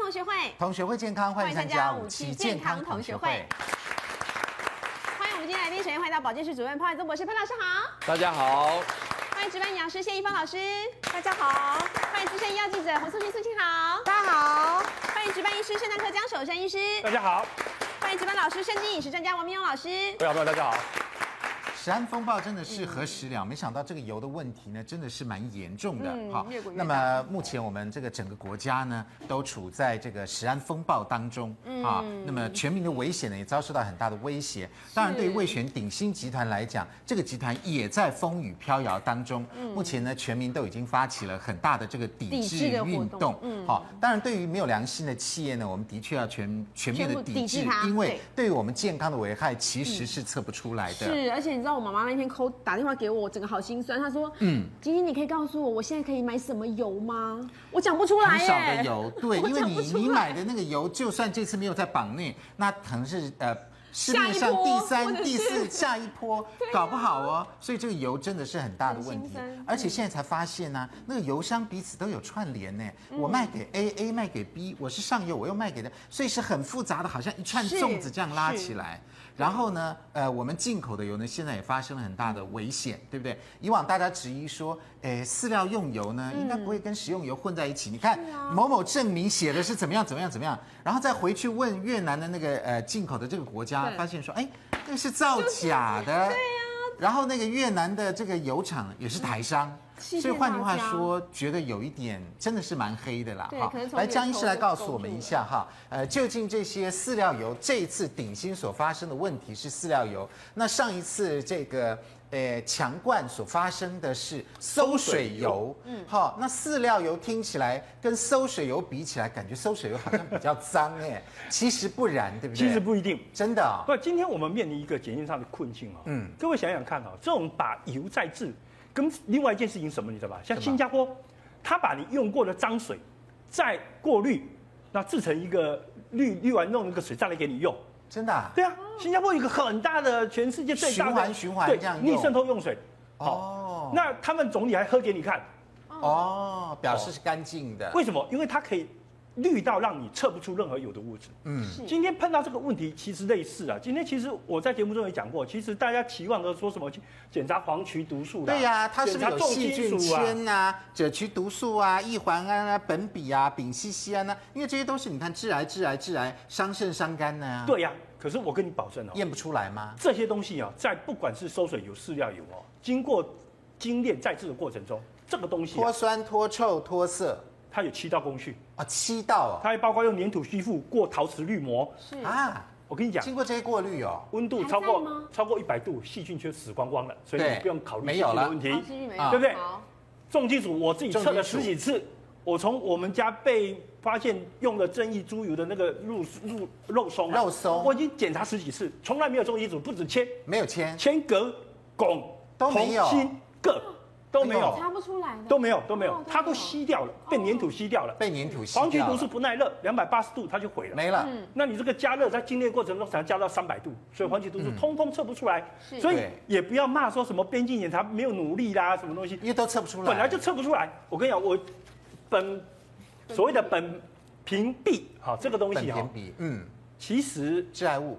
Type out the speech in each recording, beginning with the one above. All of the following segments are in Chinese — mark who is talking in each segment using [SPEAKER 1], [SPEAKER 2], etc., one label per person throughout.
[SPEAKER 1] 同学会健康，欢迎参加五期健康同学会。
[SPEAKER 2] 欢迎我们今天来宾，首先欢迎到保健室主任潘伟宗博士，潘老师好。
[SPEAKER 3] 大家好，
[SPEAKER 2] 欢迎值班营养师谢一芳老师，
[SPEAKER 4] 大家好，
[SPEAKER 2] 欢迎资深医药记者洪素清，素清好。
[SPEAKER 4] 大家好，
[SPEAKER 2] 欢迎值班医师肾脏科江守山医师，
[SPEAKER 5] 大家好，
[SPEAKER 2] 欢迎值班老师肾经饮食专家王明勇老师。
[SPEAKER 5] 各位好朋友大家好。
[SPEAKER 1] 食安风暴真的是
[SPEAKER 2] 嗯
[SPEAKER 1] 何时了？没想到这个油的问题呢，真的是蛮严重的
[SPEAKER 2] 嗯
[SPEAKER 1] 哈、
[SPEAKER 2] 越滚越
[SPEAKER 1] 那么目前我们这个整个国家呢，都处在这个食安风暴当中
[SPEAKER 2] 嗯
[SPEAKER 1] 啊、那么全民的危险呢，也遭受到很大的威胁。当然，对于味全鼎新集团来讲，这个集团也在风雨飘摇当中。目前呢，全民都已经发起了很大的这个抵
[SPEAKER 2] 嗯抵
[SPEAKER 1] 制
[SPEAKER 2] 制的活
[SPEAKER 1] 运
[SPEAKER 2] 动嗯
[SPEAKER 1] 动。好、当然对于没有良心的企业呢，我们的确要全全面
[SPEAKER 2] 全
[SPEAKER 1] 的
[SPEAKER 2] 部抵
[SPEAKER 1] 抵制
[SPEAKER 2] 制它
[SPEAKER 1] 因为
[SPEAKER 2] 对嗯
[SPEAKER 1] 对于我们健康的危害其实是测不出来的。
[SPEAKER 2] 是，而且你知道我妈妈那天扣打电话给我，我整个好心酸。她说：“嗯，晶晶，你可以告诉我，我现在可以买什么油吗？”我讲不出来
[SPEAKER 1] 很
[SPEAKER 2] 耶。
[SPEAKER 1] 少的油，对，
[SPEAKER 2] 我
[SPEAKER 1] 因为
[SPEAKER 2] 讲
[SPEAKER 1] 你
[SPEAKER 2] 不出
[SPEAKER 1] 你
[SPEAKER 2] 来
[SPEAKER 1] 买的那个油，就算这次没有在榜内，那可能是呃。市
[SPEAKER 2] 下
[SPEAKER 1] 面
[SPEAKER 2] 一
[SPEAKER 1] 上
[SPEAKER 2] 波
[SPEAKER 1] 第
[SPEAKER 2] 或者
[SPEAKER 1] 三、第四
[SPEAKER 2] 是啊
[SPEAKER 1] 下一波，搞不好哦。所以这个油真的是很大的
[SPEAKER 2] 很
[SPEAKER 1] 问题
[SPEAKER 2] 心酸，
[SPEAKER 1] 而且现在才发现呢、那个油商彼此都有串联呢。
[SPEAKER 2] 嗯
[SPEAKER 1] 我卖给 A，A 卖给 B，我是上游，我又卖给的，所以是很复杂的，好像一串
[SPEAKER 2] 是
[SPEAKER 1] 粽子这样拉
[SPEAKER 2] 是
[SPEAKER 1] 起来。然后呢，呃，我们进口的油呢，现在也发生了很大的危险，对不对？以往大家质疑说，诶，饲料用油呢，应该不
[SPEAKER 2] 嗯
[SPEAKER 1] 会跟食用油混在一起。你看
[SPEAKER 2] 啊
[SPEAKER 1] 某某证明写的是怎么样怎么样怎么样，然后再回去问越南的那个呃进口的这个国家，
[SPEAKER 2] 对
[SPEAKER 1] 发现说，哎，那个是造假的。
[SPEAKER 2] 啊
[SPEAKER 1] 对呀、然后那个越南的这个油厂也是台商。
[SPEAKER 2] 欺
[SPEAKER 1] 所
[SPEAKER 2] 骗
[SPEAKER 1] 以换句
[SPEAKER 2] 大
[SPEAKER 1] 话
[SPEAKER 2] 家
[SPEAKER 1] 说，觉得有一点真的是蛮黑的啦
[SPEAKER 2] 对可能从
[SPEAKER 1] 来，
[SPEAKER 2] 源
[SPEAKER 1] 江医
[SPEAKER 2] 头
[SPEAKER 1] 师来
[SPEAKER 2] 就
[SPEAKER 1] 告诉
[SPEAKER 2] 勾
[SPEAKER 1] 我们
[SPEAKER 2] 住
[SPEAKER 1] 一
[SPEAKER 2] 了
[SPEAKER 1] 下。下哈，呃，究竟这些饲料油这一次鼎新所发生的问题是饲料油，那上一次这个呃强冠所发生的是馊水油，嗯，好、那饲料油听起来跟馊水油比起来，感觉馊水油好像比较脏 哎，其实不然，对不对？
[SPEAKER 5] 其实不一定，
[SPEAKER 1] 真的啊、
[SPEAKER 5] 不，今天我们面临一个检验上的困境哦。嗯，各位想想看哦，这种把油再制，跟另外一件事情什么，你知道吧？像
[SPEAKER 1] 什么
[SPEAKER 5] 新加坡，他把你用过的脏水再过滤，那制成一个滤滤完弄一个水再来给你用。
[SPEAKER 1] 真的、啊，
[SPEAKER 5] 对啊，新加坡有一个很大的，全世界最大的
[SPEAKER 1] 循环循环
[SPEAKER 5] 对
[SPEAKER 1] 这样用
[SPEAKER 5] 逆渗透用水。
[SPEAKER 1] 哦
[SPEAKER 5] 那他们总理还喝给你看，
[SPEAKER 1] 哦，表示是干净的，
[SPEAKER 5] 为什么？因为它可以滤到让你测不出任何有的物质。
[SPEAKER 1] 嗯，
[SPEAKER 5] 今天碰到这个问题，其实类似啊。今天其实我在节目中也讲过，其实大家期望的说什么去检查黄曲毒素啦，
[SPEAKER 1] 对呀、它是不是有
[SPEAKER 5] 啊检查重
[SPEAKER 1] 细菌
[SPEAKER 5] 金属啊
[SPEAKER 1] 圈呐、赭曲毒素啊、异环胺啊、苯丙啊、丙烯酰胺啊？因为这些都是你看致癌、致癌、致癌，伤肾伤肝的啊。，
[SPEAKER 5] 对呀、可是我跟你保证哦，
[SPEAKER 1] 验不出来吗？
[SPEAKER 5] 这些东西啊，在不管是馊水油、饲料油哦，经过精炼再制的过程中，这个东西、
[SPEAKER 1] 脱
[SPEAKER 5] 啊、
[SPEAKER 1] 酸、脱臭、脱色
[SPEAKER 5] 它有七道工序，
[SPEAKER 1] 啊，七道
[SPEAKER 5] 它还包括用粘土吸附、过陶瓷滤膜。
[SPEAKER 2] 是
[SPEAKER 1] 哦啊，
[SPEAKER 5] 我跟你讲，
[SPEAKER 1] 经过这些过滤哦，
[SPEAKER 5] 温度超过
[SPEAKER 2] 还在吗
[SPEAKER 5] 超过一百度，细菌就死光光了，所以
[SPEAKER 1] 对
[SPEAKER 5] 你不用考虑
[SPEAKER 1] 没
[SPEAKER 5] 细
[SPEAKER 1] 有
[SPEAKER 5] 菌
[SPEAKER 1] 了
[SPEAKER 5] 的问题。
[SPEAKER 2] 好继续没有
[SPEAKER 1] 啊
[SPEAKER 5] 对不对
[SPEAKER 2] 好
[SPEAKER 5] 重金属我自己测了
[SPEAKER 1] 重金属
[SPEAKER 5] 十几次，我从我们家被发现用了正义猪油的那个肉肉肉松啊、
[SPEAKER 1] 肉松
[SPEAKER 5] 我已经检查十几次，从来没有重金属，不止铅、
[SPEAKER 1] 没有铅，
[SPEAKER 5] 铅镉、汞、
[SPEAKER 1] 都没有
[SPEAKER 5] 铜锌、铬都没有，
[SPEAKER 2] 查不出来的，
[SPEAKER 5] 哦都没有，都没
[SPEAKER 2] 哦
[SPEAKER 5] 有，哦它都。吸掉了，被粘土吸掉了。
[SPEAKER 1] 被粘土吸
[SPEAKER 5] 黄曲
[SPEAKER 1] 掉
[SPEAKER 5] 毒
[SPEAKER 1] 了
[SPEAKER 5] 素不嗯耐热，两百八十度它就毁了。
[SPEAKER 1] 没了。
[SPEAKER 2] 嗯
[SPEAKER 5] 那你这个加热在精炼过程中才加到三百度，所以黄曲毒素通通测不出来，
[SPEAKER 2] 是
[SPEAKER 5] 所以
[SPEAKER 1] 嗯对
[SPEAKER 5] 也不要骂说什么边境检查没有努力啦，什么东西
[SPEAKER 1] 因，为都测不出来，
[SPEAKER 5] 本来就测不出来。我跟你讲，我本所谓的本屏蔽哈这个东
[SPEAKER 1] 苯
[SPEAKER 5] 西啊哈
[SPEAKER 1] 甜，比，嗯，
[SPEAKER 5] 其实
[SPEAKER 1] 致癌物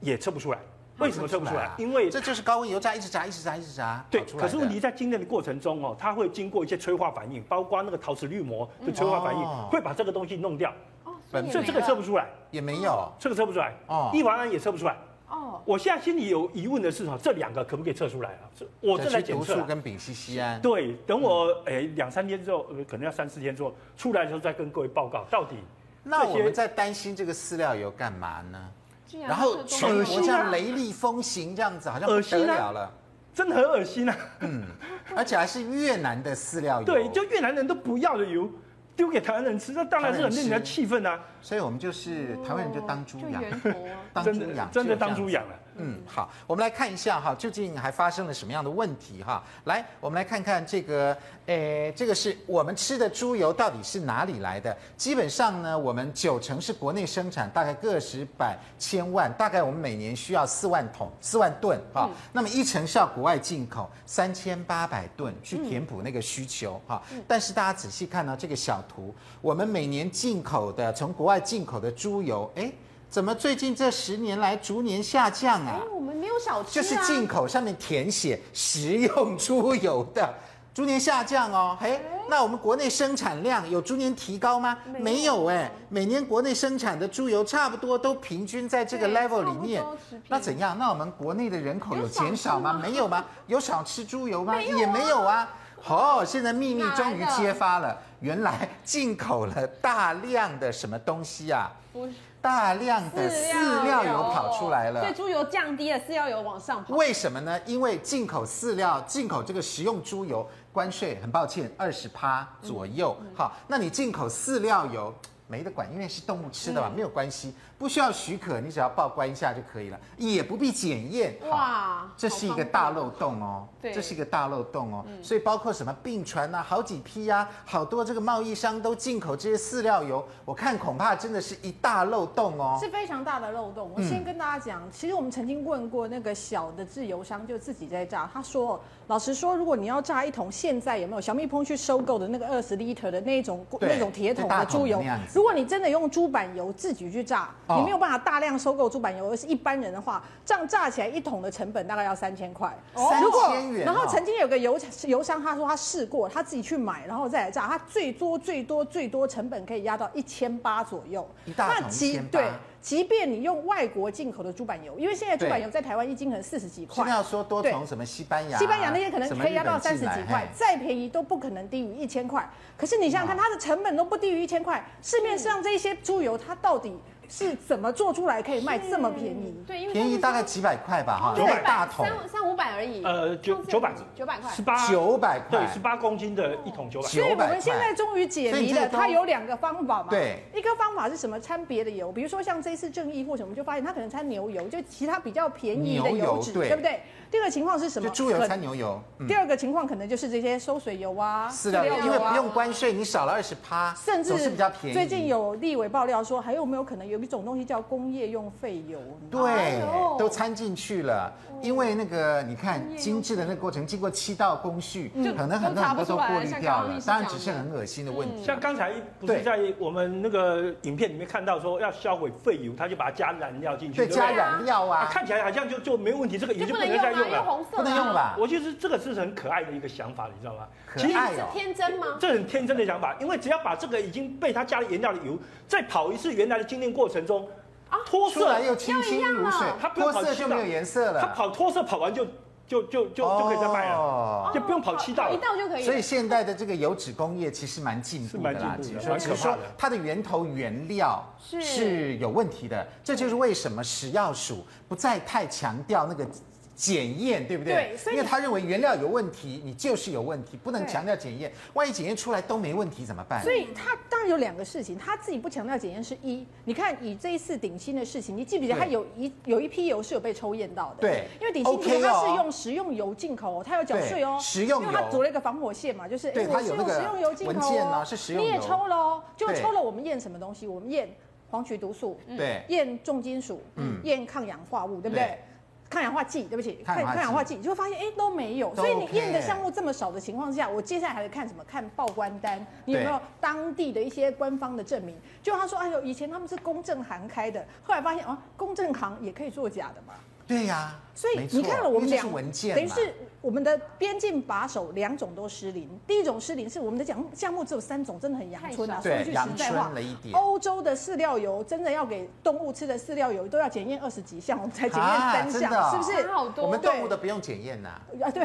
[SPEAKER 5] 也测不出来。为什么测不出来
[SPEAKER 1] 啊？
[SPEAKER 5] 因为
[SPEAKER 1] 这就是高温油炸，一直炸，一直炸，一直炸，
[SPEAKER 5] 对，
[SPEAKER 1] 搞出来的
[SPEAKER 5] 可是问题在精炼的过程中哦，它会经过一些催化反应，包括那个陶瓷滤膜的催化反应，
[SPEAKER 1] 哦
[SPEAKER 5] 会把这个东西弄掉，
[SPEAKER 2] 哦，
[SPEAKER 1] 本
[SPEAKER 2] 也
[SPEAKER 5] 所以
[SPEAKER 2] 没
[SPEAKER 5] 这个
[SPEAKER 2] 了
[SPEAKER 5] 测不出来，
[SPEAKER 1] 也没有，
[SPEAKER 5] 这个测不出来
[SPEAKER 1] 哦，
[SPEAKER 5] 异环胺也测不出来。
[SPEAKER 2] 哦，
[SPEAKER 5] 我现在心里有疑问的是哈，这两个可不可以测出来啊？这我正在
[SPEAKER 1] 赭曲
[SPEAKER 5] 检
[SPEAKER 1] 毒
[SPEAKER 5] 测
[SPEAKER 1] 素
[SPEAKER 5] 啊。
[SPEAKER 1] 跟丙烯酰胺，
[SPEAKER 5] 对，等我诶两三天之后，呃可能要三四天之后出来的时候再跟各位报告到底。
[SPEAKER 1] 那
[SPEAKER 5] 这
[SPEAKER 1] 我
[SPEAKER 5] 些
[SPEAKER 1] 们在担心这个饲料油干嘛呢？
[SPEAKER 2] 居
[SPEAKER 1] 然后
[SPEAKER 2] 测中了
[SPEAKER 1] 全国这样雷厉风行这样子，好像不
[SPEAKER 5] 啊
[SPEAKER 1] 得了了，
[SPEAKER 5] 真的很恶心啊！
[SPEAKER 1] 而且还是越南的饲料油。
[SPEAKER 5] 对，就越南人都不要的油，丢给台湾人吃，那当然是很令人气愤啊！
[SPEAKER 1] 所以我们就是台湾人就当猪
[SPEAKER 2] 就
[SPEAKER 1] 养，
[SPEAKER 2] 源头 啊
[SPEAKER 1] 当
[SPEAKER 5] 真
[SPEAKER 1] 猪
[SPEAKER 5] 的
[SPEAKER 1] 养，
[SPEAKER 5] 真的
[SPEAKER 1] 就这样
[SPEAKER 5] 当猪
[SPEAKER 1] 子。
[SPEAKER 5] 养啊了。
[SPEAKER 1] 嗯，好，我们来看一下哈，究竟还发生了什么样的问题哈？来，我们来看看这个，诶，这个是我们吃的猪油到底是哪里来的？基本上呢，我们九成是国内生产，大概个十百千万，大概我们每年需要四万桶、四万吨哈。那么一成是要国外进口三千八百吨去填补那个需求哈。但是大家仔细看到这个小图，我们每年进口的从国外。外进口的猪油，哎，怎么最近这十年来逐年下降啊
[SPEAKER 2] 哎，？我们没有少吃
[SPEAKER 1] 就
[SPEAKER 2] 啊。
[SPEAKER 1] 是进呃口上面填写食用猪油的。逐年下降哦，嘿，那我们国内生产量有逐年提高吗？
[SPEAKER 2] 哎没有
[SPEAKER 1] 没有哎，每年国内生产的猪油差不多都平均在这个
[SPEAKER 2] 对
[SPEAKER 1] level 里面
[SPEAKER 2] 差不多持平，
[SPEAKER 1] 那怎样？那我们国内的人口有
[SPEAKER 2] 有少
[SPEAKER 1] 减少吗？
[SPEAKER 2] 吃吗
[SPEAKER 1] 没有吗？有少吃猪油吗？也没有啊。哦，现在秘密终于
[SPEAKER 2] 哪来的
[SPEAKER 1] 揭发了，原来进口了大量的什么东西啊？
[SPEAKER 2] 不是
[SPEAKER 1] 大量的饲料油跑出来了
[SPEAKER 2] 所以。猪油降低了，饲料油往上跑。
[SPEAKER 1] 为什么呢？因为进口饲料、进口这个食用猪油关税，很抱歉，二十趴左右。
[SPEAKER 2] 嗯
[SPEAKER 1] 好，那你进口饲料油没得管，因为是动物吃的
[SPEAKER 2] 嗯
[SPEAKER 1] 嘛，没有关系，不需要许可，你只要报关一下就可以了，也不必检验。好，
[SPEAKER 2] 哇，
[SPEAKER 1] 这是一个大漏洞哦，
[SPEAKER 2] 对嗯
[SPEAKER 1] 这是一个大漏洞哦。所以包括什么并船啊，好几批啊，好多这个贸易商都进口这些饲料油，我看恐怕真的是一大漏洞哦。嗯
[SPEAKER 4] 是非常大的漏洞。我先跟大家讲，其实我们曾经问过那个小的制油商，就自己在榨。他说，老实说，如果你要榨一桶，现在有没有小蜜蜂去收购的那个二十 liter 的那种
[SPEAKER 1] 对
[SPEAKER 4] 那种铁桶
[SPEAKER 1] 就大
[SPEAKER 4] 的
[SPEAKER 1] 桶的
[SPEAKER 4] 猪油
[SPEAKER 1] 那样子？
[SPEAKER 4] 如果你真的用猪板油自己去榨，
[SPEAKER 1] 哦
[SPEAKER 4] 你没有办法大量收购猪板油，而是一般人的话，这样榨起来一桶的成本大概要三千块。
[SPEAKER 1] 3000
[SPEAKER 4] 如果
[SPEAKER 1] 元哦
[SPEAKER 4] 然后曾经有个油油商，他说他试过，他自己去买，然后再来榨，他最多最多最多成本可以压到一千八左右。
[SPEAKER 1] 一大桶
[SPEAKER 4] 那即
[SPEAKER 1] 1800
[SPEAKER 4] 对，即便你用外国进口的猪板油，因为现在猪板油在台湾一斤可能四十几
[SPEAKER 1] 现在
[SPEAKER 4] 块
[SPEAKER 1] 要。说多
[SPEAKER 4] 对
[SPEAKER 1] 从什么西班牙啊、
[SPEAKER 4] 西班牙那些可能
[SPEAKER 1] 什么
[SPEAKER 4] 可以压到
[SPEAKER 1] 日本
[SPEAKER 4] 三十
[SPEAKER 1] 进来啊
[SPEAKER 4] 几块
[SPEAKER 1] 嘿，
[SPEAKER 4] 再便宜都不可能低于一千块。可是你想想看，它的成本都不低于一千块，市面上这些猪油它到底是怎么做出来可以卖这么便宜？
[SPEAKER 2] 对，因为
[SPEAKER 1] 便宜大概
[SPEAKER 2] 上次
[SPEAKER 1] 几百块吧，哈，
[SPEAKER 2] 说
[SPEAKER 1] 一
[SPEAKER 5] 900
[SPEAKER 1] 个大桶
[SPEAKER 2] 三三五百而已。
[SPEAKER 5] 呃九
[SPEAKER 2] 上次
[SPEAKER 5] 900
[SPEAKER 2] 九百块
[SPEAKER 5] 十。八
[SPEAKER 1] 九百块
[SPEAKER 5] 对，十八公斤的一桶九百。
[SPEAKER 4] 所以
[SPEAKER 1] 900
[SPEAKER 4] 我
[SPEAKER 1] 块
[SPEAKER 4] 们现在终于解
[SPEAKER 1] 所以
[SPEAKER 4] 谜
[SPEAKER 1] 这个
[SPEAKER 4] 了，
[SPEAKER 1] 都
[SPEAKER 4] 它有两个方法嘛。
[SPEAKER 1] 对，
[SPEAKER 4] 一个方法是什么？掺别的油，比如说像这次正义或什么，就发现它可能掺牛油，就其他比较便宜的
[SPEAKER 1] 牛油
[SPEAKER 4] 油脂，
[SPEAKER 1] 对
[SPEAKER 4] 不对？第二个情况是什
[SPEAKER 1] 就
[SPEAKER 4] 么？
[SPEAKER 1] 猪油
[SPEAKER 4] 可
[SPEAKER 1] 掺牛油，嗯，
[SPEAKER 4] 第二个情况可能就是这些收水油啊、
[SPEAKER 1] 饲料油，因为不用关税，你少了二十趴，
[SPEAKER 4] 甚至
[SPEAKER 1] 总是比较便宜。
[SPEAKER 4] 最近有立委爆料说，还有没有可能有一种东西叫工业用废油？哎
[SPEAKER 1] 对
[SPEAKER 2] 呦，
[SPEAKER 1] 都掺进去了，因为那个你看
[SPEAKER 4] 嗯
[SPEAKER 1] 精致的那个过程，经过七道工序，
[SPEAKER 2] 就
[SPEAKER 1] 可能很
[SPEAKER 2] 都
[SPEAKER 1] 多
[SPEAKER 2] 查
[SPEAKER 1] 很
[SPEAKER 2] 不
[SPEAKER 1] 多
[SPEAKER 2] 出
[SPEAKER 1] 都
[SPEAKER 2] 来
[SPEAKER 1] 过滤
[SPEAKER 2] 像
[SPEAKER 1] 掉
[SPEAKER 2] 刚刚
[SPEAKER 1] 了
[SPEAKER 2] 律，师
[SPEAKER 1] 当然
[SPEAKER 2] 讲
[SPEAKER 1] 只是
[SPEAKER 2] 的
[SPEAKER 1] 很恶心的问题。
[SPEAKER 4] 嗯
[SPEAKER 5] 像刚才不是
[SPEAKER 1] 对
[SPEAKER 5] 在我们那个影片里面看到说要销毁废油，他就把它加燃料进去，
[SPEAKER 1] 对，
[SPEAKER 5] 不
[SPEAKER 1] 加燃料
[SPEAKER 5] 啊，
[SPEAKER 1] 啊，
[SPEAKER 5] 看起来好像就就没问题，这个
[SPEAKER 2] 就
[SPEAKER 5] 也就
[SPEAKER 2] 不
[SPEAKER 5] 不
[SPEAKER 2] 能
[SPEAKER 5] 能
[SPEAKER 2] 用
[SPEAKER 5] 再
[SPEAKER 2] 啊，
[SPEAKER 5] 用
[SPEAKER 2] 因为
[SPEAKER 5] 了。
[SPEAKER 2] 红色的啊
[SPEAKER 1] 不能用了？吧？
[SPEAKER 5] 我觉得这个是很可爱的一个想法，你知道吗？
[SPEAKER 1] 可
[SPEAKER 5] 其实
[SPEAKER 1] 爱
[SPEAKER 2] 是
[SPEAKER 1] 哦，
[SPEAKER 2] 天真吗？
[SPEAKER 5] 这很天真的想法，因为只要把这个已经被他加了颜料的油再跑一次原来的精炼过程中，脱
[SPEAKER 1] 出来
[SPEAKER 5] 色，
[SPEAKER 1] 又清清如水
[SPEAKER 2] 要一样了
[SPEAKER 4] 啊
[SPEAKER 5] 它，不用
[SPEAKER 1] 脱
[SPEAKER 5] 跑
[SPEAKER 1] 色
[SPEAKER 5] 七
[SPEAKER 1] 就没有
[SPEAKER 5] 道
[SPEAKER 1] 颜色了，
[SPEAKER 5] 他跑脱色跑完就就就就就可以再卖了。
[SPEAKER 1] 哦
[SPEAKER 5] 就不用跑七道了
[SPEAKER 2] 跑一道就可以了。
[SPEAKER 1] 所以现代的这个油脂工业其实蛮进步的啦，
[SPEAKER 5] 是蛮进步的
[SPEAKER 1] 其实
[SPEAKER 5] 蛮
[SPEAKER 1] 只
[SPEAKER 5] 可
[SPEAKER 1] 是
[SPEAKER 5] 怕
[SPEAKER 1] 说
[SPEAKER 5] 的
[SPEAKER 1] 它的源头原料
[SPEAKER 2] 是
[SPEAKER 1] 是有问题的，这就是为什么食药署不再太强调那个。检验对不对？
[SPEAKER 4] 对所以
[SPEAKER 1] 因为他认为原料有问题，你就是有问题，不能
[SPEAKER 4] 对
[SPEAKER 1] 强调检验。万一检验出来都没问题怎么办？
[SPEAKER 4] 所以他当然有两个事情，他自己不强调检验是一。你看以这一次顶新的事情，你记不记得
[SPEAKER 1] 对
[SPEAKER 4] 他有一有一批油是有被抽验到的？
[SPEAKER 1] 对
[SPEAKER 4] 因为顶新
[SPEAKER 1] OK
[SPEAKER 4] 它
[SPEAKER 1] 哦
[SPEAKER 4] 是用食用油进口哦，它有缴税哦
[SPEAKER 1] 对，食用油
[SPEAKER 4] 因为它筑了一个防火线嘛，就是
[SPEAKER 1] 对
[SPEAKER 4] 哎
[SPEAKER 1] 它
[SPEAKER 4] 我是
[SPEAKER 1] 有那
[SPEAKER 4] 用
[SPEAKER 1] 个
[SPEAKER 4] 食用油进口
[SPEAKER 1] 文件哦是食用油
[SPEAKER 4] 你也抽了哦，就
[SPEAKER 1] 对
[SPEAKER 4] 抽了我们验什么东西？我们验黄曲毒素，
[SPEAKER 1] 对
[SPEAKER 4] 验重金属，
[SPEAKER 1] 嗯
[SPEAKER 4] 验抗氧化物，对不
[SPEAKER 1] 对
[SPEAKER 4] 对？抗氧化剂，对不起，
[SPEAKER 1] 抗氧化剂
[SPEAKER 4] 抗氧化剂，你就会发现哎都没有，
[SPEAKER 1] 都
[SPEAKER 4] 所以你
[SPEAKER 1] OK
[SPEAKER 4] 验的项目这么少的情况下，我接下来还得看什么？看报关单，你有没有
[SPEAKER 1] 对
[SPEAKER 4] 当地的一些官方的证明？就他说，哎呦，以前他们是公证行开的，后来发现啊，公证行也可以作假的嘛。
[SPEAKER 1] 对呀、
[SPEAKER 4] 所以
[SPEAKER 1] 没错
[SPEAKER 4] 你看了我们
[SPEAKER 1] 因为这是
[SPEAKER 4] 两
[SPEAKER 1] 文件嘛，
[SPEAKER 4] 等于是我们的边境把守两种都失灵。第一种失灵是我们的项项目只有三种，真的很阳春啊。
[SPEAKER 2] 太
[SPEAKER 4] 说
[SPEAKER 1] 少
[SPEAKER 4] 一句实在
[SPEAKER 1] 对阳
[SPEAKER 4] 话哦
[SPEAKER 1] 春了一，点
[SPEAKER 4] 欧洲的饲料油真的要给动物吃的饲料油都要检验二十几项，我们才检验
[SPEAKER 1] 啊
[SPEAKER 4] 三
[SPEAKER 1] 真的哦
[SPEAKER 4] 项，是不是
[SPEAKER 2] 差？好多。
[SPEAKER 1] 我们
[SPEAKER 4] 对
[SPEAKER 1] 动物的不用检验呐、
[SPEAKER 4] 啊，对。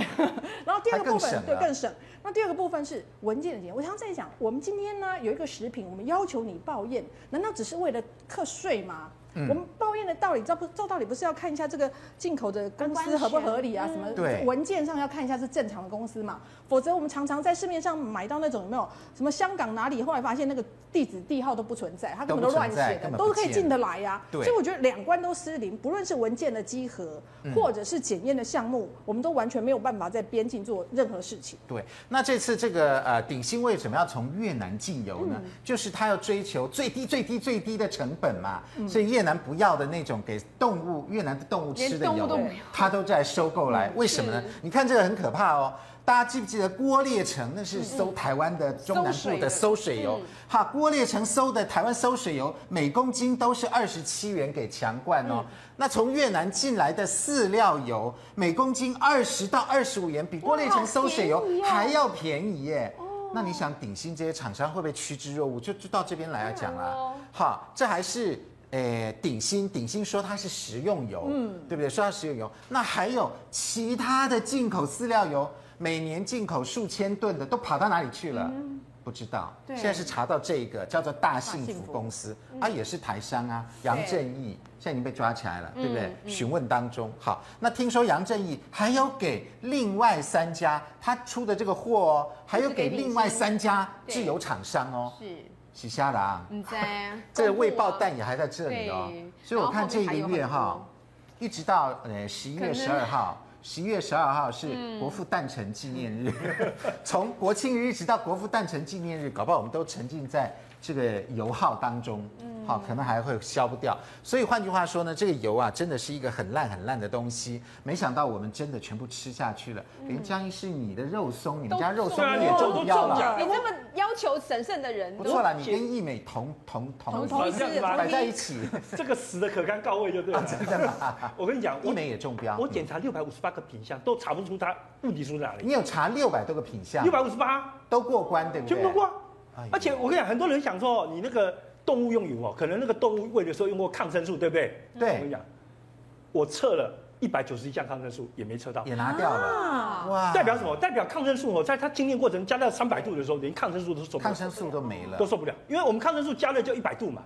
[SPEAKER 4] 然后第二个部
[SPEAKER 1] 还更省
[SPEAKER 4] 分
[SPEAKER 1] 了
[SPEAKER 4] 对更省。那第二个部分是文件的检验。我常常在讲，我们今天呢有一个食品，我们要求你报验，难道只是为了课税吗？
[SPEAKER 1] 嗯
[SPEAKER 4] 我们报验的道理，照不照道理不是要看一下这个进口的公
[SPEAKER 2] 关
[SPEAKER 4] 司合不
[SPEAKER 2] 全
[SPEAKER 4] 合理啊？什么
[SPEAKER 1] 嗯对
[SPEAKER 4] 文件上要看一下是正常的公司嘛？否则我们常常在市面上买到那种有没有什么香港哪里，后来发现那个地址地号都不存在，它根本
[SPEAKER 1] 都
[SPEAKER 4] 都
[SPEAKER 1] 不
[SPEAKER 4] 乱
[SPEAKER 1] 存在
[SPEAKER 4] 写
[SPEAKER 1] 根本
[SPEAKER 4] 的，
[SPEAKER 1] 不
[SPEAKER 4] 都是可以
[SPEAKER 1] 见
[SPEAKER 4] 进得来呀、
[SPEAKER 1] 对
[SPEAKER 4] 所以我觉得两关都失灵，不论是文件的稽核，
[SPEAKER 1] 嗯
[SPEAKER 4] 或者是检验的项目，我们都完全没有办法在边境做任何事情。
[SPEAKER 1] 对，那这次这个呃鼎新为什
[SPEAKER 2] 嗯嗯
[SPEAKER 1] 么要从越南进油呢？就是它要追求最低最低最低的成本嘛，所以越南不要的那种给动物越南的动物吃的
[SPEAKER 2] 连动物都
[SPEAKER 1] 油
[SPEAKER 2] 没有，嗯
[SPEAKER 1] 它都在收购来。为什么呢
[SPEAKER 2] 是？
[SPEAKER 1] 你看这个很可怕哦。大家记不记得郭列成？那是搜台湾的中
[SPEAKER 2] 搜
[SPEAKER 1] 南部
[SPEAKER 2] 嗯水
[SPEAKER 1] 的
[SPEAKER 2] 的
[SPEAKER 1] 搜水油
[SPEAKER 2] 嗯，
[SPEAKER 1] 哈，郭列成搜的台湾搜水油，每公斤都是二十七元给强冠
[SPEAKER 2] 嗯
[SPEAKER 1] 哦。那从越南进来的饲料油，每公斤二十到二十五元，比郭列成搜水油
[SPEAKER 2] 好便宜哦哦
[SPEAKER 1] 还要便宜耶。那你想鼎新这些厂商会不会趋之若鹜？就就到这边来讲啦、
[SPEAKER 2] 对哦
[SPEAKER 1] 好，这还是呃诶鼎新，鼎新说它是食用油，嗯，对不对？说它食用油，那还有其他的进口饲料油，每年进口数千吨的，都跑到哪里去了？不知道，
[SPEAKER 2] 嗯对
[SPEAKER 1] 现在是查到这一个叫做大幸
[SPEAKER 4] 大
[SPEAKER 1] 福
[SPEAKER 4] 幸福
[SPEAKER 1] 公司、啊，也是台商啊，
[SPEAKER 2] 嗯
[SPEAKER 1] 杨
[SPEAKER 2] 对嗯
[SPEAKER 1] 振义现在已经被抓起来了，对不对？询问当中，好，那听说杨振义还有给另外三家他出的这个货哦，还有
[SPEAKER 2] 就是给
[SPEAKER 1] 给
[SPEAKER 2] 鼎新
[SPEAKER 1] 另外三家
[SPEAKER 2] 对
[SPEAKER 1] 制油厂商哦，
[SPEAKER 2] 是，
[SPEAKER 1] 喜虾郎，
[SPEAKER 2] 你在 啊
[SPEAKER 1] 这个未爆弹也还在这里哦
[SPEAKER 2] 对，
[SPEAKER 1] 所以我看这一个月
[SPEAKER 2] 然后后面还有
[SPEAKER 1] 哈
[SPEAKER 2] 很，
[SPEAKER 1] 一直到呃十一
[SPEAKER 2] 可
[SPEAKER 1] 月
[SPEAKER 2] 能
[SPEAKER 1] 十二号，十一月十二号是国父诞辰纪念日，从国庆日一直到国父诞辰纪念日，搞不好我们都沉浸在这个油耗当中，好，可能还会消不掉。所以换句话说呢，这个油啊，真的是一个很烂很烂的东西。没想到我们真的全部吃下去了，连江医师你的肉松，你们
[SPEAKER 2] 都
[SPEAKER 1] 家肉
[SPEAKER 2] 中
[SPEAKER 1] 松
[SPEAKER 5] 了
[SPEAKER 1] 也
[SPEAKER 5] 对啊
[SPEAKER 1] 中
[SPEAKER 5] 都
[SPEAKER 1] 标
[SPEAKER 5] 中了
[SPEAKER 1] 了，
[SPEAKER 2] 你这么要求神圣的人，
[SPEAKER 1] 不错啦，你
[SPEAKER 2] 觉得
[SPEAKER 1] 跟益美同同同
[SPEAKER 4] 同同
[SPEAKER 5] 这样
[SPEAKER 4] 时
[SPEAKER 5] 子吧
[SPEAKER 1] 摆在一起。
[SPEAKER 5] 这个死的可干告慰就对了。真的我跟你讲，
[SPEAKER 1] 医
[SPEAKER 5] 我
[SPEAKER 1] 美也中标。
[SPEAKER 5] 我检查六百五十八个品项，都查不出它问题出在哪
[SPEAKER 1] 嗯你
[SPEAKER 5] 里。
[SPEAKER 1] 有查六百多个品项，
[SPEAKER 5] 六百五十八
[SPEAKER 1] 都过关，对不
[SPEAKER 5] 全
[SPEAKER 1] 对？
[SPEAKER 5] 部都过啊。
[SPEAKER 1] 哎呦
[SPEAKER 5] 而且我跟你讲，很多人想说，你那个动物用油哦，可能那个动物喂的时候用过抗生素，对不对？
[SPEAKER 1] 对
[SPEAKER 5] 我跟你讲，我测了一百九十一项抗生素，也没测到。
[SPEAKER 1] 也拿掉了。
[SPEAKER 4] 啊，
[SPEAKER 1] 哇
[SPEAKER 5] 代表什？么？代表抗生素哦，在它经验过程加到三百度的时候，连抗生素都受不了
[SPEAKER 1] 抗，生素都没了
[SPEAKER 5] 都。受不了，因为我们抗生素加热就一百度嘛，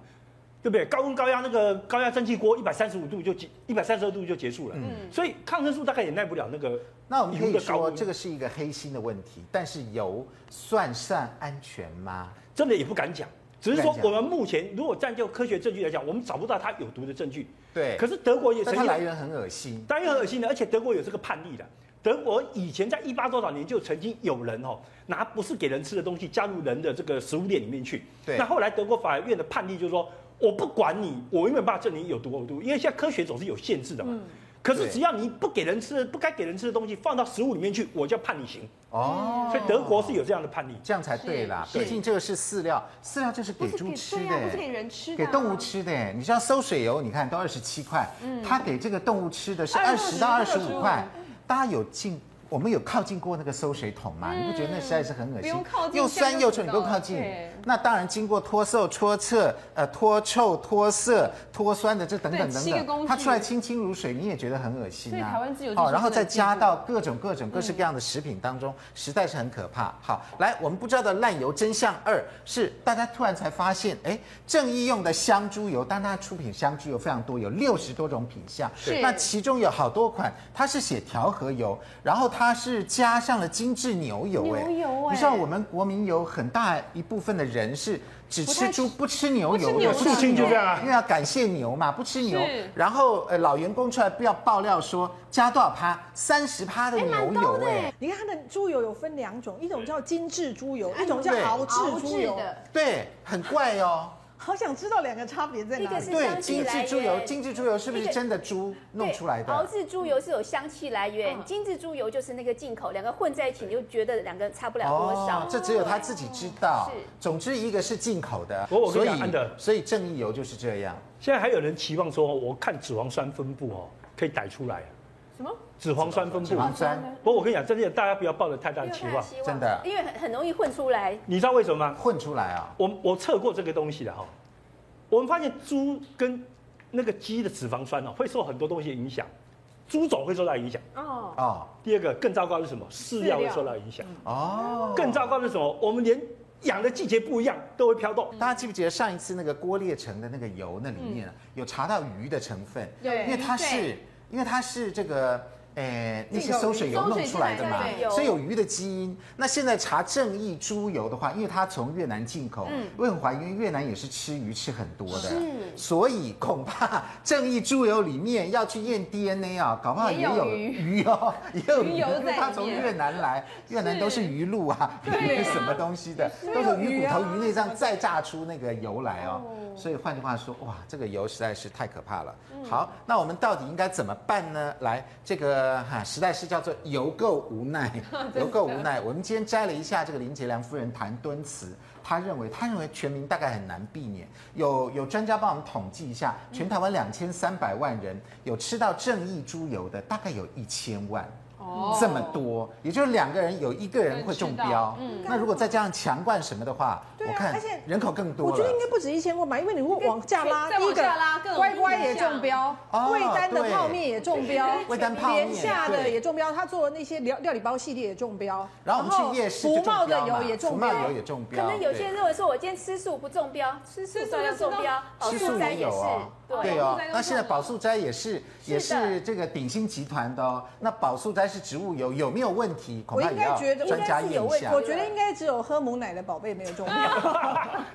[SPEAKER 5] 对不对？高温高压那个高压蒸汽锅一百三十五度就结，一百三十二度就结束了，
[SPEAKER 1] 嗯
[SPEAKER 5] 所以抗生素大概也耐不了那个。
[SPEAKER 1] 那我们可以说这
[SPEAKER 5] 个
[SPEAKER 1] 个是一个黑心的问题，但是油算算安全吗？
[SPEAKER 5] 真的也不敢讲，只是说
[SPEAKER 1] 不敢讲
[SPEAKER 5] 我们目前如果站就科学证据来讲，我们找不到它有毒的证据。
[SPEAKER 1] 对，
[SPEAKER 5] 可是德国也
[SPEAKER 1] 但
[SPEAKER 5] 曾
[SPEAKER 1] 它
[SPEAKER 5] 经
[SPEAKER 1] 来源很恶心。
[SPEAKER 5] 当然很恶心的，而且德国有这个判例的。德国以前在一八多少年就曾经有人哦拿不是给人吃的东西加入人的这个食物链里面去。
[SPEAKER 1] 对
[SPEAKER 5] 那后来德国法院的判例就是说，我不管你，我有没有办法证明你有毒呕吐，因为现在科学总是有限制的嘛。可是
[SPEAKER 1] 对
[SPEAKER 5] 只要你不给人吃的、不该给人吃的东西放到食物里面去，我就要判你刑。
[SPEAKER 1] 哦，
[SPEAKER 5] 所以德国是有这样的判例。
[SPEAKER 1] 这样才对啦，
[SPEAKER 2] 是
[SPEAKER 1] 毕竟这个是饲料，饲料就是
[SPEAKER 2] 不
[SPEAKER 1] 给
[SPEAKER 2] 是
[SPEAKER 1] 猪
[SPEAKER 2] 给
[SPEAKER 1] 吃
[SPEAKER 2] 对
[SPEAKER 1] 的
[SPEAKER 2] 啊，不是给人吃的，
[SPEAKER 1] 给动物。吃的哎，你像馊水油，你看都二十七块，
[SPEAKER 2] 嗯
[SPEAKER 1] 他给这个动物吃的是二十
[SPEAKER 2] 20
[SPEAKER 1] 到二十
[SPEAKER 2] 25
[SPEAKER 1] 五块，大家有进。我们有靠近过那个馊水桶嘛？你不觉得那实在是很恶
[SPEAKER 2] 嗯不
[SPEAKER 1] 心
[SPEAKER 2] 用靠？近
[SPEAKER 1] 又酸又臭，你
[SPEAKER 2] 这
[SPEAKER 1] 不
[SPEAKER 2] 样就知道
[SPEAKER 1] 用靠近
[SPEAKER 2] 对。
[SPEAKER 1] 那当然，经过脱臭、脱澈、呃脱臭、脱色、脱酸的这等等
[SPEAKER 2] 对
[SPEAKER 1] 等
[SPEAKER 2] 七个
[SPEAKER 1] 等，
[SPEAKER 2] 工
[SPEAKER 1] 它
[SPEAKER 2] 具
[SPEAKER 1] 出来清清如水，你也觉得很恶心
[SPEAKER 2] 所以
[SPEAKER 1] 啊。
[SPEAKER 2] 台湾自由
[SPEAKER 1] 好
[SPEAKER 2] 就是
[SPEAKER 1] 然后
[SPEAKER 2] 不能
[SPEAKER 1] 再
[SPEAKER 2] 进
[SPEAKER 1] 加
[SPEAKER 2] 入
[SPEAKER 1] 到各种各种各式各样的食品当中，实在是很可怕。好，来，我们不知道的滥油真相二是大家突然才发现，哎，正义用的香猪油，但它的出品香猪油非常多，有六十多种品相，
[SPEAKER 2] 是
[SPEAKER 1] 那其中有好多款，它是写调和油，然后它是加上了精致牛油，哎，
[SPEAKER 2] 牛油哎
[SPEAKER 1] 你知道我们国民有很大一部分的人是只
[SPEAKER 2] 不太
[SPEAKER 1] 吃
[SPEAKER 2] 吃
[SPEAKER 1] 猪不吃牛油
[SPEAKER 2] 不吃
[SPEAKER 1] 的，
[SPEAKER 2] 牛
[SPEAKER 1] 是
[SPEAKER 5] 的
[SPEAKER 1] 吃
[SPEAKER 5] 父亲就
[SPEAKER 1] 牛
[SPEAKER 5] 这样啊
[SPEAKER 1] 因为要感谢牛嘛，不吃牛
[SPEAKER 2] 是，
[SPEAKER 1] 然后呃老员工出来不要爆料说加多少趴，三十趴的
[SPEAKER 2] 哎蛮高
[SPEAKER 1] 牛油
[SPEAKER 3] 欸
[SPEAKER 2] 的
[SPEAKER 1] 哎、
[SPEAKER 2] 哎
[SPEAKER 4] 你看它的猪油有分两种，一种叫精致猪油，
[SPEAKER 2] 哎
[SPEAKER 4] 一种叫
[SPEAKER 1] 对
[SPEAKER 4] 熬制
[SPEAKER 2] 熬
[SPEAKER 4] 猪
[SPEAKER 2] 制
[SPEAKER 4] 油。
[SPEAKER 2] 的，
[SPEAKER 1] 对，很怪哦。
[SPEAKER 4] 好想知道两个差别在哪
[SPEAKER 3] 一个是
[SPEAKER 4] 里。
[SPEAKER 1] 对，
[SPEAKER 3] 香气
[SPEAKER 1] 精
[SPEAKER 3] 来
[SPEAKER 1] 致
[SPEAKER 3] 源
[SPEAKER 1] 猪油，精致猪油是不是
[SPEAKER 3] 一个
[SPEAKER 1] 真的猪弄
[SPEAKER 3] 对
[SPEAKER 1] 出来
[SPEAKER 3] 熬
[SPEAKER 1] 的？
[SPEAKER 3] 制猪油是有香气来源，
[SPEAKER 2] 嗯
[SPEAKER 3] 精致猪油就是那个进口，两个混在一起，你就觉得两个差不了多少。
[SPEAKER 1] 哦这只有他自己知道
[SPEAKER 3] 是。
[SPEAKER 1] 总之，一个是进口的，
[SPEAKER 5] 我我跟
[SPEAKER 1] 所
[SPEAKER 5] 你
[SPEAKER 1] 以
[SPEAKER 5] 讲安德
[SPEAKER 1] 所以正义油就是这样。
[SPEAKER 5] 现在还有人期望说，我看脂肪酸分布哦，可以逮出来
[SPEAKER 2] 什么？
[SPEAKER 5] 脂肪酸分布
[SPEAKER 1] 脂。肪酸
[SPEAKER 5] 不过我跟你讲，真的大家不要抱着太大的期望。
[SPEAKER 1] 真的
[SPEAKER 3] 因为很很容易混出来。
[SPEAKER 5] 你知道为什么吗？
[SPEAKER 1] 混出来啊，
[SPEAKER 5] 我我测过这个东西的哈，我们发现猪跟那个鸡的脂肪酸哦，会受很多东西的影响，猪种会受到影响。
[SPEAKER 2] 哦，
[SPEAKER 1] 哦
[SPEAKER 5] 第二个更糟糕的是什么？饲料
[SPEAKER 2] 饲
[SPEAKER 5] 会
[SPEAKER 2] 料
[SPEAKER 5] 受到影响。
[SPEAKER 1] 哦，
[SPEAKER 5] 更糟糕的是什么？我们连养的季节不一样都会飘动。
[SPEAKER 1] 大家记不记得上一次那个郭列成的那个油那里面啊有查到鱼的成分，
[SPEAKER 2] 有
[SPEAKER 1] 因为它
[SPEAKER 2] 鱼对
[SPEAKER 1] 是因为它是这个诶那些馊水油弄出来的嘛
[SPEAKER 3] 馊水进来的油，
[SPEAKER 1] 所以有鱼的基因。那现在查正义猪油的话，因为它从越南进口，问怀疑因为越南也是吃鱼吃很多的，所以恐怕正义猪油里面要去验 DNA 啊，搞不好也
[SPEAKER 2] 也有
[SPEAKER 1] 有
[SPEAKER 2] 鱼
[SPEAKER 1] 鱼哦，也有
[SPEAKER 2] 鱼
[SPEAKER 1] 鱼，
[SPEAKER 2] 油
[SPEAKER 1] 因为
[SPEAKER 2] 在
[SPEAKER 1] 它
[SPEAKER 2] 里
[SPEAKER 1] 从
[SPEAKER 2] 面
[SPEAKER 1] 越南来，越南都是鱼露啊，里面什么东西的，
[SPEAKER 4] 啊
[SPEAKER 1] 都是鱼
[SPEAKER 4] 有
[SPEAKER 1] 骨
[SPEAKER 4] 鱼啊
[SPEAKER 1] 头、鱼内脏再榨出那个油来哦。所以换句话说，哇，这个油实在是太可怕了。好，那我们到底应该怎么办呢？来，这个哈、实在是叫做油够无奈，油够无奈。我们今天摘了一下这个林杰良夫人谈敦词，她认为她认为全民大概很难避免。有有专家帮我们统计一下，全台湾两千三百万人有吃到正义猪油的，大概有一千万。
[SPEAKER 2] 哦
[SPEAKER 1] 这么多，也就是两个人有一个人会中标。嗯，那如果再加上强冠什么的话，
[SPEAKER 4] 对啊
[SPEAKER 1] 我看
[SPEAKER 4] 而且
[SPEAKER 1] 人口更多
[SPEAKER 4] 我
[SPEAKER 1] 了。
[SPEAKER 4] 觉得应该不止一千万吧，因为你如果往下拉，
[SPEAKER 2] 再
[SPEAKER 4] 第
[SPEAKER 2] 往
[SPEAKER 4] 一个
[SPEAKER 2] 下拉各种
[SPEAKER 4] 乖乖也
[SPEAKER 2] 品项
[SPEAKER 4] 中标
[SPEAKER 1] 哦，
[SPEAKER 4] 味丹的
[SPEAKER 1] 对
[SPEAKER 4] 泡面也中标，
[SPEAKER 1] 味丹泡面
[SPEAKER 4] 廉价的
[SPEAKER 1] 对
[SPEAKER 4] 也中标，他做的那些料料理包系列也中标，
[SPEAKER 1] 然后我们去夜市
[SPEAKER 4] 福
[SPEAKER 1] 就中
[SPEAKER 4] 茂的
[SPEAKER 1] 标嘛
[SPEAKER 4] 油也中
[SPEAKER 1] 福
[SPEAKER 4] 标，
[SPEAKER 1] 茂油也中
[SPEAKER 3] 可
[SPEAKER 1] 标。
[SPEAKER 3] 能有些
[SPEAKER 1] 对
[SPEAKER 3] 人认为说，我今天吃素不中标，吃素照样中标，哦，
[SPEAKER 1] 吃素
[SPEAKER 3] 素斋
[SPEAKER 1] 也
[SPEAKER 3] 也
[SPEAKER 1] 有
[SPEAKER 3] 是
[SPEAKER 1] 哦，，
[SPEAKER 3] 对，
[SPEAKER 1] 哦
[SPEAKER 2] 保素斋都中。
[SPEAKER 1] 那现在宝素斋也是也
[SPEAKER 3] 是的
[SPEAKER 1] 是这个鼎鑫集团的哦。那宝素斋是植物油，有没有问题？恐怕
[SPEAKER 4] 我应
[SPEAKER 1] 也
[SPEAKER 4] 该
[SPEAKER 1] 要
[SPEAKER 4] 觉得
[SPEAKER 1] 专家
[SPEAKER 3] 应该是
[SPEAKER 1] 验
[SPEAKER 3] 有
[SPEAKER 1] 一
[SPEAKER 3] 问
[SPEAKER 1] 下
[SPEAKER 3] 题
[SPEAKER 4] 我。觉得应该只有喝母奶的宝贝没有中标。
[SPEAKER 6] 啊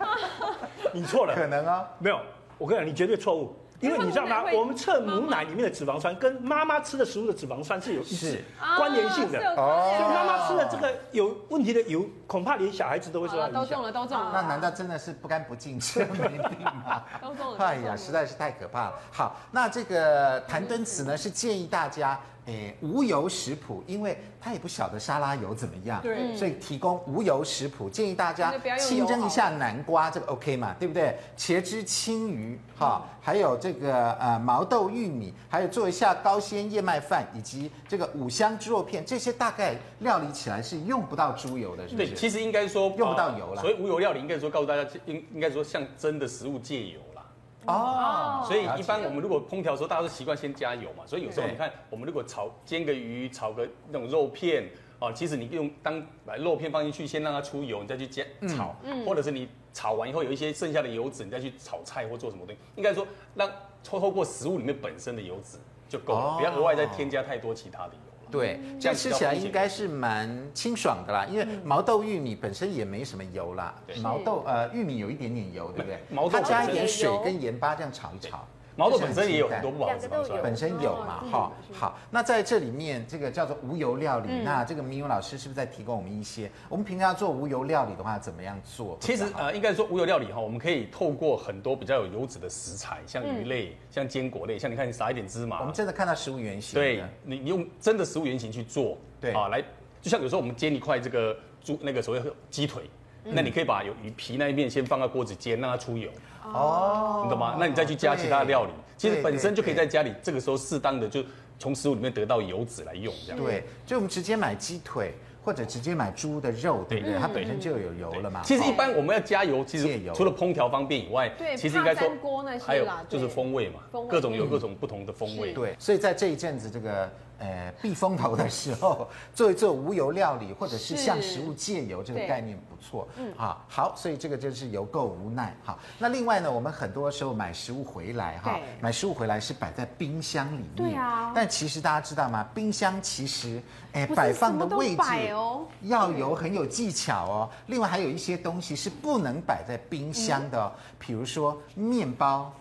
[SPEAKER 5] 你错了，
[SPEAKER 1] 可能哦，
[SPEAKER 5] 没有，我跟你讲，你绝对错误。因为你知道吗
[SPEAKER 2] 为什么母奶？会
[SPEAKER 5] 我们测母奶里面的脂肪酸跟妈妈吃的食物的脂肪酸是有一
[SPEAKER 1] 是
[SPEAKER 5] 致关联性的，
[SPEAKER 2] 哦是有关联
[SPEAKER 5] 所以
[SPEAKER 2] 的
[SPEAKER 5] 妈妈吃的这个有问题的油，恐怕连小孩子都会
[SPEAKER 2] 好
[SPEAKER 5] 受到
[SPEAKER 2] 了，
[SPEAKER 5] 影
[SPEAKER 2] 啊都中
[SPEAKER 5] 响。
[SPEAKER 2] 了，都中了，
[SPEAKER 1] 那难道真的是不干不净吃没病吗？
[SPEAKER 2] 都中了？
[SPEAKER 1] 哎
[SPEAKER 2] 都中
[SPEAKER 1] 呀，
[SPEAKER 2] 了
[SPEAKER 1] 实在是太可怕了。好，那这个谭敦慈呢是建议大家，诶，无油食谱，因为他也不晓得沙拉油怎么样，
[SPEAKER 7] 嗯
[SPEAKER 4] 对
[SPEAKER 1] 所以提供无油食谱，建议大家
[SPEAKER 2] 那就不要用油
[SPEAKER 1] 清蒸一下南瓜，这个 OK 嘛，对不对？茄汁青鱼
[SPEAKER 2] 嗯
[SPEAKER 1] 哈，还有这个呃毛豆玉米，还有做一下高纤燕麦饭，以及这个五香猪肉片，这些大概料理起来是用不到猪油的，是不
[SPEAKER 7] 对，
[SPEAKER 1] 是？
[SPEAKER 7] 其实应该说
[SPEAKER 1] 用不到油啦
[SPEAKER 7] 所以无油料理应该说告诉大家，应应该说向真的食物戒油啦。
[SPEAKER 1] 哦
[SPEAKER 7] 所以
[SPEAKER 1] 了
[SPEAKER 7] 一
[SPEAKER 1] 解
[SPEAKER 7] 般我们如果烹调的时候，大家都习惯先加油嘛。所以有时候
[SPEAKER 1] 对
[SPEAKER 7] 你看，我们如果炒煎个鱼，炒个那种肉片，哦，其实你用当把肉片放进去，先让它出油，你再去煎
[SPEAKER 5] 嗯
[SPEAKER 7] 炒，
[SPEAKER 1] 嗯
[SPEAKER 7] 或者是你炒完以后有一些剩下的油脂，你再去炒菜或做什么东西。应该说让透透过食物里面本身的油脂就够
[SPEAKER 1] 哦
[SPEAKER 7] 了，不要额外再添加太多其他的油了。
[SPEAKER 1] 对，这样
[SPEAKER 7] 这样
[SPEAKER 1] 吃
[SPEAKER 7] 比较
[SPEAKER 1] 起来
[SPEAKER 7] 丰
[SPEAKER 1] 应
[SPEAKER 7] 俭
[SPEAKER 1] 该是蛮清爽的啦，因为毛豆玉米本身也没什么油啦，
[SPEAKER 7] 嗯对
[SPEAKER 1] 毛豆呃玉米有一点点油，对不对？
[SPEAKER 7] 毛豆
[SPEAKER 1] 它加一
[SPEAKER 7] 本身
[SPEAKER 1] 点
[SPEAKER 3] 也
[SPEAKER 1] 水
[SPEAKER 3] 有
[SPEAKER 1] 跟盐巴这样炒一炒，
[SPEAKER 7] 毛豆
[SPEAKER 1] 就是
[SPEAKER 7] 本
[SPEAKER 1] 很
[SPEAKER 7] 身也有
[SPEAKER 1] 清淡
[SPEAKER 7] 很多嗯不好的
[SPEAKER 3] 两
[SPEAKER 7] 脂
[SPEAKER 3] 个
[SPEAKER 7] 肪
[SPEAKER 3] 都
[SPEAKER 7] 酸
[SPEAKER 3] 有。
[SPEAKER 1] 本身有嘛，哈、好，那在这里面这个叫做无油料理，
[SPEAKER 7] 嗯
[SPEAKER 1] 那这个明勇老师是不是在提供我们一些，我们平常做无油料理的话，怎么样做？
[SPEAKER 7] 其实
[SPEAKER 1] 比较好
[SPEAKER 7] 呃，应该说无油料理哈，我们可以透过很多比较有油脂的食材，像鱼类、像坚果类，像你看你撒一点芝麻，
[SPEAKER 1] 嗯我们真的看到食物原型，
[SPEAKER 7] 对，你你用真的食物原型去做，
[SPEAKER 1] 对
[SPEAKER 7] 啊，来，就像有时候我们煎一块这个猪那个所谓的鸡腿，
[SPEAKER 1] 嗯
[SPEAKER 7] 那你可以把有鱼皮那一面先放到锅子煎，让它出油，
[SPEAKER 1] 哦，
[SPEAKER 7] 你懂吗？那你再去加其他的料理，其实
[SPEAKER 1] 对
[SPEAKER 7] 本身就可以
[SPEAKER 1] 对
[SPEAKER 7] 在家里这个时候适当的就从食物里面得到油脂来用，这样。
[SPEAKER 1] 对，就我们直接买鸡腿或者直接买猪的肉，对不对？
[SPEAKER 7] 对
[SPEAKER 1] 它本身就有油
[SPEAKER 7] 嗯对
[SPEAKER 1] 了嘛。
[SPEAKER 7] 其实
[SPEAKER 1] 哈
[SPEAKER 7] 一般我们要加油，其
[SPEAKER 1] 戒
[SPEAKER 7] 实
[SPEAKER 1] 油
[SPEAKER 7] 除了烹调方便以外，
[SPEAKER 2] 对
[SPEAKER 7] 其实应该
[SPEAKER 2] 怕
[SPEAKER 7] 说
[SPEAKER 2] 粘锅那些啦
[SPEAKER 7] 还有
[SPEAKER 2] 对
[SPEAKER 7] 就是风味嘛
[SPEAKER 2] 风味，
[SPEAKER 7] 各种有各种不同的风味。
[SPEAKER 1] 对，所以在这一阵子这个呃避风头的时候， 做一做无油料理，或者是
[SPEAKER 2] 是
[SPEAKER 1] 向食物借油，这个
[SPEAKER 2] 对
[SPEAKER 1] 概念不错。嗯啊，好，所以这个就是油够无奈哈。那另外呢，我们很多时候买食物回来哈
[SPEAKER 2] 对，
[SPEAKER 1] 买食物回来是摆在冰箱里面。
[SPEAKER 2] 对啊
[SPEAKER 1] 但其实大家知道吗？冰箱其实哎
[SPEAKER 2] 不是
[SPEAKER 1] 摆放的
[SPEAKER 2] 什么都
[SPEAKER 1] 位置
[SPEAKER 2] 摆哦
[SPEAKER 1] 要有很有技巧哦。另外还有一些东西是不能摆在冰箱的哦，比如说面包，